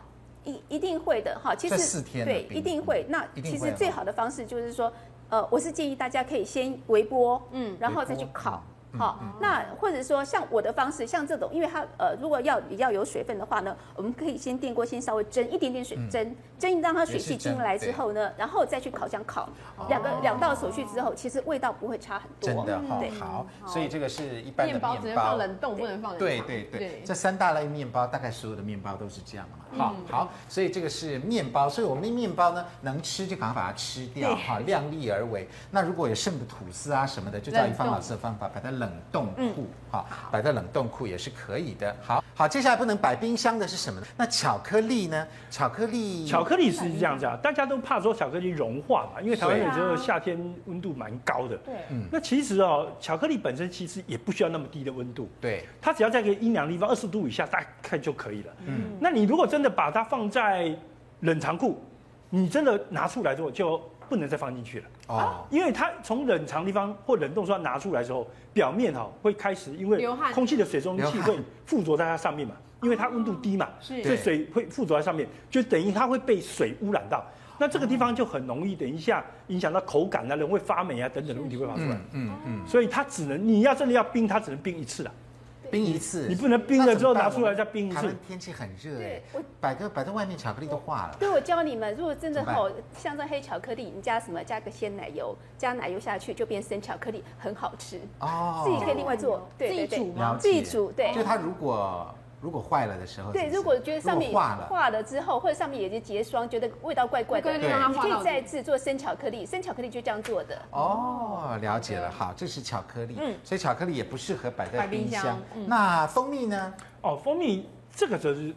[SPEAKER 3] 一一定会的哈。其实
[SPEAKER 1] 这四天的
[SPEAKER 3] 对，
[SPEAKER 1] 冰
[SPEAKER 3] 一定会
[SPEAKER 1] 嗯。
[SPEAKER 3] 那
[SPEAKER 1] 一定
[SPEAKER 3] 其
[SPEAKER 1] 会
[SPEAKER 3] 实
[SPEAKER 1] 啊
[SPEAKER 3] 最好的方式就是说，呃，我是建议大家可以先微波，嗯，然后再去烤。
[SPEAKER 1] 嗯
[SPEAKER 3] 好，那或者说像我的方式，像这种，因为它呃，如果要比较有水分的话呢，我们可以先电锅先稍微蒸一点点水，蒸蒸让它
[SPEAKER 1] 嗯
[SPEAKER 3] 水
[SPEAKER 1] 也是
[SPEAKER 3] 汽进
[SPEAKER 1] 蒸
[SPEAKER 3] 来
[SPEAKER 1] 对哦
[SPEAKER 3] 之后呢，然后再去烤箱烤，两个两道手续之后，其实味道不会差很多。
[SPEAKER 1] 真
[SPEAKER 3] 嗯
[SPEAKER 1] 的哈、
[SPEAKER 3] 对。
[SPEAKER 1] 好，所以这个是一般
[SPEAKER 6] 面
[SPEAKER 1] 的面
[SPEAKER 6] 包
[SPEAKER 1] 包。
[SPEAKER 6] 只能放冷冻，不能放冷藏。
[SPEAKER 1] 对对对，这三大类面包，大概所有的面包都是这样嘛。
[SPEAKER 3] 嗯
[SPEAKER 1] 好、好，所以这个是面包，所以我们的面包呢，能吃就赶快把它吃掉哈，量力而为。那如果有剩的吐司啊什么的，就照一方老师的方法，把它冷冻
[SPEAKER 3] 嗯
[SPEAKER 1] 库哈、摆在冷冻库也是可以的。好好，接下来不能摆冰箱的是什么呢？那巧克力呢？巧克力，
[SPEAKER 5] 巧克力是这样子啊，大家都怕说巧克力融化嘛，因为台湾
[SPEAKER 1] 对
[SPEAKER 5] 有时候夏天温度蛮高的。对，那其实哦，巧克力本身其实也不需要那么低的温度，
[SPEAKER 1] 对，
[SPEAKER 5] 它只要在一个阴凉的地方，二十度以下大概就可以了。嗯，那你如果真的把它放在冷藏库，你真的拿出来之后就不能再放进去了。
[SPEAKER 3] 啊
[SPEAKER 1] 哦，
[SPEAKER 5] 因为它从冷藏地方或冷冻时候拿出来之后，表面哈会开始因为
[SPEAKER 6] 流汗
[SPEAKER 5] 空气的水蒸气会附着在它上面嘛，因为它温度低嘛，所以水会附着在上面，就等于它会被水污染到。那这个地方就很容易，等一下影响到口感啊，人会发霉啊等等的问题会跑出来。
[SPEAKER 1] 嗯嗯，
[SPEAKER 5] 所以它只能，你要真的要冰，它只能冰一次了。
[SPEAKER 3] 哦
[SPEAKER 1] 冰一次，
[SPEAKER 5] 你不能冰了之后拿出来再冰一次
[SPEAKER 1] 台湾天气很热哎
[SPEAKER 3] 对我，
[SPEAKER 1] 摆个摆在外面巧克力都化了。
[SPEAKER 3] 对，我教你们，如果真的
[SPEAKER 1] 怎么办
[SPEAKER 3] 好像这黑巧克力，你加什么？加个鲜奶油，加奶油下去就变生巧克力，很好吃。
[SPEAKER 1] 哦，
[SPEAKER 3] 自己可以另外做，对
[SPEAKER 2] 自己
[SPEAKER 3] 对对
[SPEAKER 2] 煮
[SPEAKER 1] 了解
[SPEAKER 3] 自己煮，对
[SPEAKER 1] 就它如果如果坏了的时候，
[SPEAKER 3] 对。
[SPEAKER 1] 是不是
[SPEAKER 3] 如果觉得上面
[SPEAKER 1] 如果化了，
[SPEAKER 3] 化了之后，或者上面已经结霜，觉得味道怪怪的，
[SPEAKER 2] 对
[SPEAKER 1] 对
[SPEAKER 2] 让它
[SPEAKER 3] 你
[SPEAKER 2] 化
[SPEAKER 3] 可以
[SPEAKER 2] 到
[SPEAKER 3] 再制作生巧克力，生巧克力就这样做的。
[SPEAKER 1] 哦，了解了，好，这是巧克力，
[SPEAKER 2] 嗯
[SPEAKER 1] 所以巧克力也不适合摆在
[SPEAKER 9] 摆冰
[SPEAKER 1] 冰
[SPEAKER 9] 箱
[SPEAKER 1] 箱。
[SPEAKER 3] 嗯
[SPEAKER 1] 那蜂蜜呢？
[SPEAKER 5] 哦，蜂蜜这个就是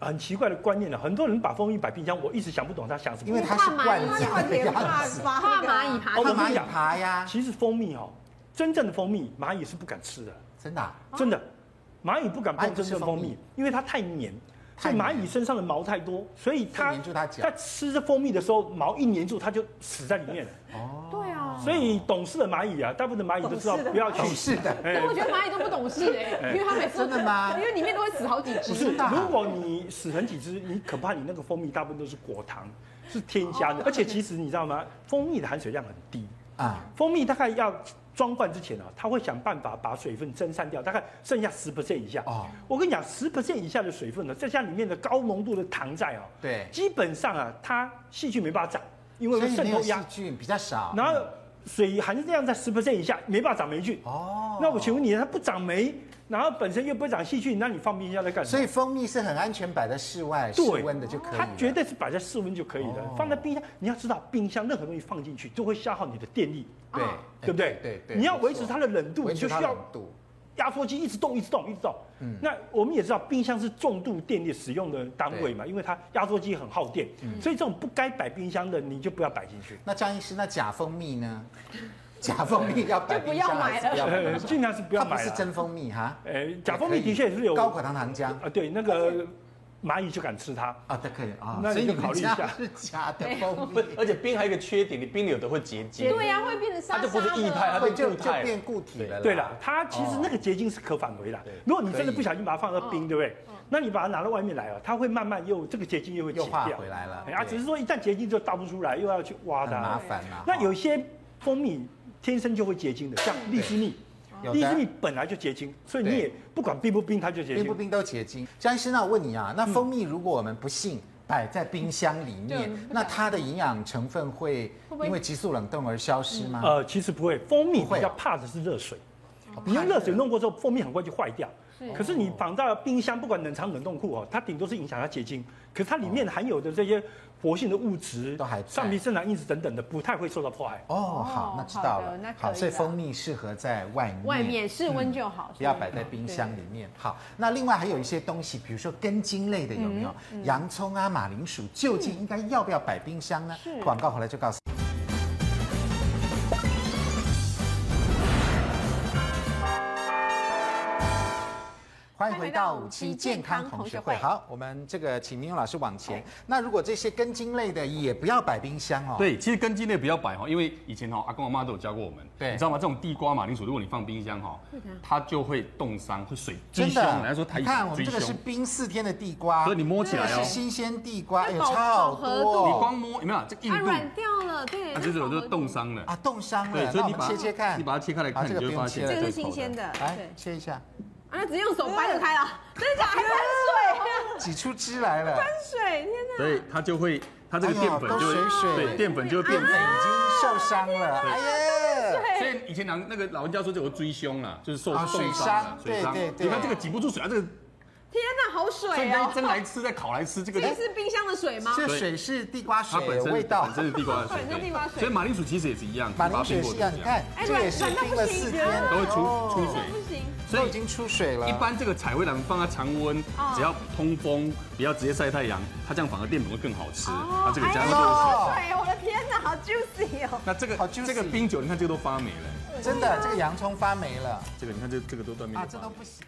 [SPEAKER 5] 很奇怪的观念了，很多人把蜂蜜摆冰箱，我一直想不懂他想什么。
[SPEAKER 1] 因为它
[SPEAKER 2] 怕
[SPEAKER 1] 是
[SPEAKER 2] 蚂蚁
[SPEAKER 1] 罐
[SPEAKER 2] 它
[SPEAKER 1] 装的样 子，
[SPEAKER 2] 怕蚂蚁爬
[SPEAKER 1] 怕
[SPEAKER 5] 哦我跟
[SPEAKER 1] 蚂
[SPEAKER 5] 你
[SPEAKER 1] 蚁
[SPEAKER 5] 讲
[SPEAKER 1] 爬呀，
[SPEAKER 5] 其实蜂蜜哦，真正的蜂蜜蚂蚁是不敢吃的，
[SPEAKER 1] 真的啊。
[SPEAKER 5] 真的，蚂蚁不敢
[SPEAKER 1] 蚂蚁
[SPEAKER 5] 碰
[SPEAKER 1] 不
[SPEAKER 5] 真
[SPEAKER 1] 吃
[SPEAKER 5] 正
[SPEAKER 1] 蜂
[SPEAKER 5] 蜂
[SPEAKER 1] 蜜
[SPEAKER 5] 蜜，因为它太黏。所以
[SPEAKER 1] 太
[SPEAKER 5] 蚂
[SPEAKER 1] 黏
[SPEAKER 5] 蚁身上的毛太多，所以它
[SPEAKER 1] 黏住它脚
[SPEAKER 5] 吃着蜂蜜的时候，毛一粘住，它就死在里面了。
[SPEAKER 2] 对 啊，
[SPEAKER 5] 所以懂事的蚂蚁啊，大部分的蚂蚁都知道
[SPEAKER 9] 懂事的
[SPEAKER 5] 不要去
[SPEAKER 1] 哦，是哦 的，
[SPEAKER 5] 哎
[SPEAKER 2] 但我觉得蚂蚁都不懂事 哎，因为它每次都
[SPEAKER 1] 真的吗
[SPEAKER 2] 因为里面都会死好几只。
[SPEAKER 5] 不是，
[SPEAKER 1] 道
[SPEAKER 5] 如果你死很几只，你可怕你那个蜂蜜大部分都是果糖，是添加的，而且其实你知道吗？蜂蜜的含水量很低，
[SPEAKER 1] 啊，
[SPEAKER 5] 蜂蜜大概要装罐之前啊，它会想办法把水分蒸散掉，大概剩下十 percent 以下。
[SPEAKER 1] 哦，
[SPEAKER 5] 我跟你讲，十 percent 以下的水分呢，再加里面的高浓度的糖在哦，
[SPEAKER 1] 对
[SPEAKER 5] 基本上啊，它细菌没办法长，因为
[SPEAKER 1] 所
[SPEAKER 5] 会
[SPEAKER 1] 以
[SPEAKER 5] 渗
[SPEAKER 1] 没
[SPEAKER 5] 透
[SPEAKER 1] 有细
[SPEAKER 5] 压，
[SPEAKER 1] 菌比较少。
[SPEAKER 5] 然后水含量在十 percent 以下，没办法长霉菌。
[SPEAKER 1] 哦，
[SPEAKER 5] 那我请问你，它不长霉，然后本身又不会长细菌，那你放冰箱在干什么？
[SPEAKER 1] 所以蜂蜜是很安全摆在室外室
[SPEAKER 5] 对
[SPEAKER 1] 温的就可以了。
[SPEAKER 5] 它绝对是摆在室温就可以了
[SPEAKER 1] 哦，
[SPEAKER 5] 放在冰箱。你要知道，冰箱任何东西放进去都会消耗你的电力，
[SPEAKER 1] 对
[SPEAKER 2] 啊
[SPEAKER 5] 对不对？
[SPEAKER 1] 哎对对，
[SPEAKER 5] 你要
[SPEAKER 1] 没错
[SPEAKER 5] 维持它的冷度，
[SPEAKER 1] 维
[SPEAKER 5] 你
[SPEAKER 1] 持
[SPEAKER 5] 就
[SPEAKER 1] 它
[SPEAKER 5] 需
[SPEAKER 1] 的
[SPEAKER 5] 要
[SPEAKER 1] 冷嗯度。
[SPEAKER 5] 压缩机一直动，一直动，一直动。那我们也知道，冰箱是重度电力使用的单位嘛，因为它压缩机很耗电，
[SPEAKER 1] 嗯
[SPEAKER 5] 所以这种不该摆冰箱的，你就不要摆进去。
[SPEAKER 1] 那张医师，那假蜂蜜呢？ 假蜂蜜要摆
[SPEAKER 2] 就不
[SPEAKER 1] 冰箱
[SPEAKER 2] 要买
[SPEAKER 1] 还是不要买
[SPEAKER 5] 呃，尽量是不要
[SPEAKER 1] 它 不
[SPEAKER 5] 买
[SPEAKER 1] 是
[SPEAKER 5] 了。
[SPEAKER 1] 真蜂蜜哈，
[SPEAKER 5] 呃，假蜂蜜的确是有
[SPEAKER 1] 高果糖糖浆
[SPEAKER 5] 啊，对，那个蚂蚁就敢吃它。
[SPEAKER 1] 啊，都可以啊，
[SPEAKER 5] 那
[SPEAKER 1] 所以
[SPEAKER 5] 你
[SPEAKER 1] 你
[SPEAKER 5] 就
[SPEAKER 1] 们
[SPEAKER 5] 考虑一
[SPEAKER 1] 家
[SPEAKER 5] 下
[SPEAKER 1] 是假的蜂
[SPEAKER 7] 不
[SPEAKER 1] 蜜，，
[SPEAKER 7] 而且冰还有一个缺点，你冰了有的会结晶，
[SPEAKER 2] 对呀，会变成沙沙
[SPEAKER 7] 它
[SPEAKER 2] 的。
[SPEAKER 7] 就不是液
[SPEAKER 5] 哎
[SPEAKER 7] 态，它
[SPEAKER 1] 对，
[SPEAKER 7] 就
[SPEAKER 1] 就
[SPEAKER 7] 固
[SPEAKER 1] 就
[SPEAKER 7] 态。
[SPEAKER 1] 变固体了啦。哦
[SPEAKER 5] 对了，它其实那个结晶是可返回的。如果你真的不小心把它放到冰，对不对？那你把它拿到外面来啊，它会慢慢又这个结晶又会解
[SPEAKER 1] 又化
[SPEAKER 5] 掉
[SPEAKER 1] 回来了
[SPEAKER 5] 哎啊，
[SPEAKER 1] 对
[SPEAKER 5] 只是说一旦结晶就倒不出来，又要去挖
[SPEAKER 1] 很麻
[SPEAKER 5] 它。
[SPEAKER 1] 烦啦。
[SPEAKER 5] 那有
[SPEAKER 1] 哦
[SPEAKER 5] 一些蜂蜜天生就会结晶的，像荔枝蜜，
[SPEAKER 1] 有
[SPEAKER 5] 荔
[SPEAKER 1] 的
[SPEAKER 5] 枝蜜本来就结晶，所以你
[SPEAKER 1] 对
[SPEAKER 5] 也不管冰不冰，它就结
[SPEAKER 1] 冰不
[SPEAKER 5] 晶。
[SPEAKER 1] 冰都结晶。张医师，那我问你啊，那蜂蜜如果我们不信摆在冰箱里面，那它的营养成分嗯会因为急速冷冻而消失吗？
[SPEAKER 5] 呃，其实不会，蜂蜜
[SPEAKER 1] 不会哦
[SPEAKER 5] 比
[SPEAKER 1] 啊
[SPEAKER 5] 较怕的是热水。你用热水弄过之后，蜂蜜很快就坏掉。可是你放到冰箱，不管冷藏冷冻库哦，它顶多是影响它结晶，可是它里面含有的这些活性的物质、
[SPEAKER 1] 哦都还在
[SPEAKER 5] 上皮生长因子等等的，不太会受到迫害。
[SPEAKER 1] 哦，好，那知道了。好，所以蜂蜜适合在外面，
[SPEAKER 2] 外面室温就好，
[SPEAKER 1] 不要摆在冰箱里面。好，那另外还有一些东西，比如说根茎类的，有没有？洋葱啊、马铃薯，究竟应该要不要摆冰箱呢？广告回来就告诉你。欢迎回到五期健康同学会。好，我们这个请明勇老师往前。那如果这些根茎类的也不要摆冰箱哦。，
[SPEAKER 7] 对，其实根茎类不要摆哈，因为以前哈阿公阿妈都有教过我们，
[SPEAKER 1] 对
[SPEAKER 7] 你知道吗？这种地瓜、马铃薯，如果你放冰箱哈，它就会冻伤，会水追
[SPEAKER 1] 真
[SPEAKER 7] 凶。
[SPEAKER 1] 的
[SPEAKER 7] 人家说台
[SPEAKER 1] 你
[SPEAKER 7] 语
[SPEAKER 1] 看我们
[SPEAKER 7] 追
[SPEAKER 1] 这个是
[SPEAKER 7] 凶，
[SPEAKER 1] 冰四天的地瓜，
[SPEAKER 7] 所以你摸起来
[SPEAKER 1] 这个
[SPEAKER 7] 哦
[SPEAKER 1] 啊是，新鲜地瓜，哎呦，
[SPEAKER 2] 饱
[SPEAKER 1] 超
[SPEAKER 2] 饱和
[SPEAKER 1] 多
[SPEAKER 2] 度
[SPEAKER 1] 哦，
[SPEAKER 7] 你光摸有没有这硬
[SPEAKER 2] 它
[SPEAKER 7] 度？
[SPEAKER 2] 啊软掉了，对，
[SPEAKER 7] 它就是有就冻伤了。
[SPEAKER 1] 啊，冻伤
[SPEAKER 7] 对
[SPEAKER 1] 了，，
[SPEAKER 7] 所
[SPEAKER 1] 那我
[SPEAKER 7] 以你
[SPEAKER 1] 们
[SPEAKER 7] 把它
[SPEAKER 1] 切切看，
[SPEAKER 7] 你把它切开来看，
[SPEAKER 1] 啊这
[SPEAKER 7] 你
[SPEAKER 1] 个
[SPEAKER 7] 就
[SPEAKER 1] 不
[SPEAKER 7] 会
[SPEAKER 1] 用
[SPEAKER 7] 发
[SPEAKER 1] 切
[SPEAKER 7] 现
[SPEAKER 1] 了，
[SPEAKER 6] 这个
[SPEAKER 7] 对
[SPEAKER 6] 是新鲜。
[SPEAKER 7] 哎
[SPEAKER 6] 的，
[SPEAKER 1] 来切一下，
[SPEAKER 2] 啊，那只用手掰得开了，真的假的？还喷水，
[SPEAKER 1] 挤出汁来了，
[SPEAKER 2] 水，天哪！
[SPEAKER 7] 口的所以它就会，它这个
[SPEAKER 1] 哎呀
[SPEAKER 7] 淀粉
[SPEAKER 1] 都
[SPEAKER 7] 就
[SPEAKER 1] 水
[SPEAKER 7] 会，
[SPEAKER 1] 水
[SPEAKER 7] 对，淀粉就会
[SPEAKER 1] 淀
[SPEAKER 7] 变
[SPEAKER 1] 粉已经受伤了，哎呀，
[SPEAKER 7] 所以以前老那个老人家说这有追凶啦，就是受
[SPEAKER 1] 啊
[SPEAKER 7] 受
[SPEAKER 1] 水
[SPEAKER 7] 伤啦
[SPEAKER 1] 伤
[SPEAKER 7] 水伤。
[SPEAKER 1] 对对啊对
[SPEAKER 7] 你看这个挤不出水啊，这个哎
[SPEAKER 2] 天哪，好
[SPEAKER 7] 所以
[SPEAKER 2] 水
[SPEAKER 7] 你
[SPEAKER 2] 哦！
[SPEAKER 7] 蒸来吃，再烤来吃，这个
[SPEAKER 2] 这是冰箱的水吗？
[SPEAKER 1] 这水是地瓜
[SPEAKER 7] 它
[SPEAKER 1] 水
[SPEAKER 7] 本身
[SPEAKER 1] 味道
[SPEAKER 7] 本，身是地瓜的水，
[SPEAKER 2] 本身地瓜水
[SPEAKER 7] 所以马铃薯其实也是一样，
[SPEAKER 1] 马铃薯也是一样，
[SPEAKER 7] 你
[SPEAKER 1] 你
[SPEAKER 7] 把它
[SPEAKER 1] 看
[SPEAKER 7] 冰
[SPEAKER 2] 哎
[SPEAKER 1] 这也是冰了四天，
[SPEAKER 7] 过一下
[SPEAKER 1] 哦
[SPEAKER 7] 都会出出水。
[SPEAKER 2] 不行，
[SPEAKER 1] 都
[SPEAKER 7] 所
[SPEAKER 1] 已
[SPEAKER 7] 以
[SPEAKER 1] 经出水了，
[SPEAKER 7] 一般这个彩绘兰放在常温，
[SPEAKER 1] 哦
[SPEAKER 7] 只要通风，不要直接晒太阳，它这样反而淀粉会更好吃。它这个加
[SPEAKER 1] 哎
[SPEAKER 7] 上就是。
[SPEAKER 9] 哦
[SPEAKER 1] 呦，
[SPEAKER 2] 哎，我的天哪，好 juicy 哦！
[SPEAKER 7] 那这
[SPEAKER 1] 好
[SPEAKER 7] 个
[SPEAKER 1] juicy
[SPEAKER 7] 这个冰酒，你看这个都发霉了，
[SPEAKER 1] 真的这个洋葱发霉了
[SPEAKER 7] 这个你看这这个都断面
[SPEAKER 1] 啊，
[SPEAKER 7] 都
[SPEAKER 1] 这
[SPEAKER 7] 发霉
[SPEAKER 1] 都不行。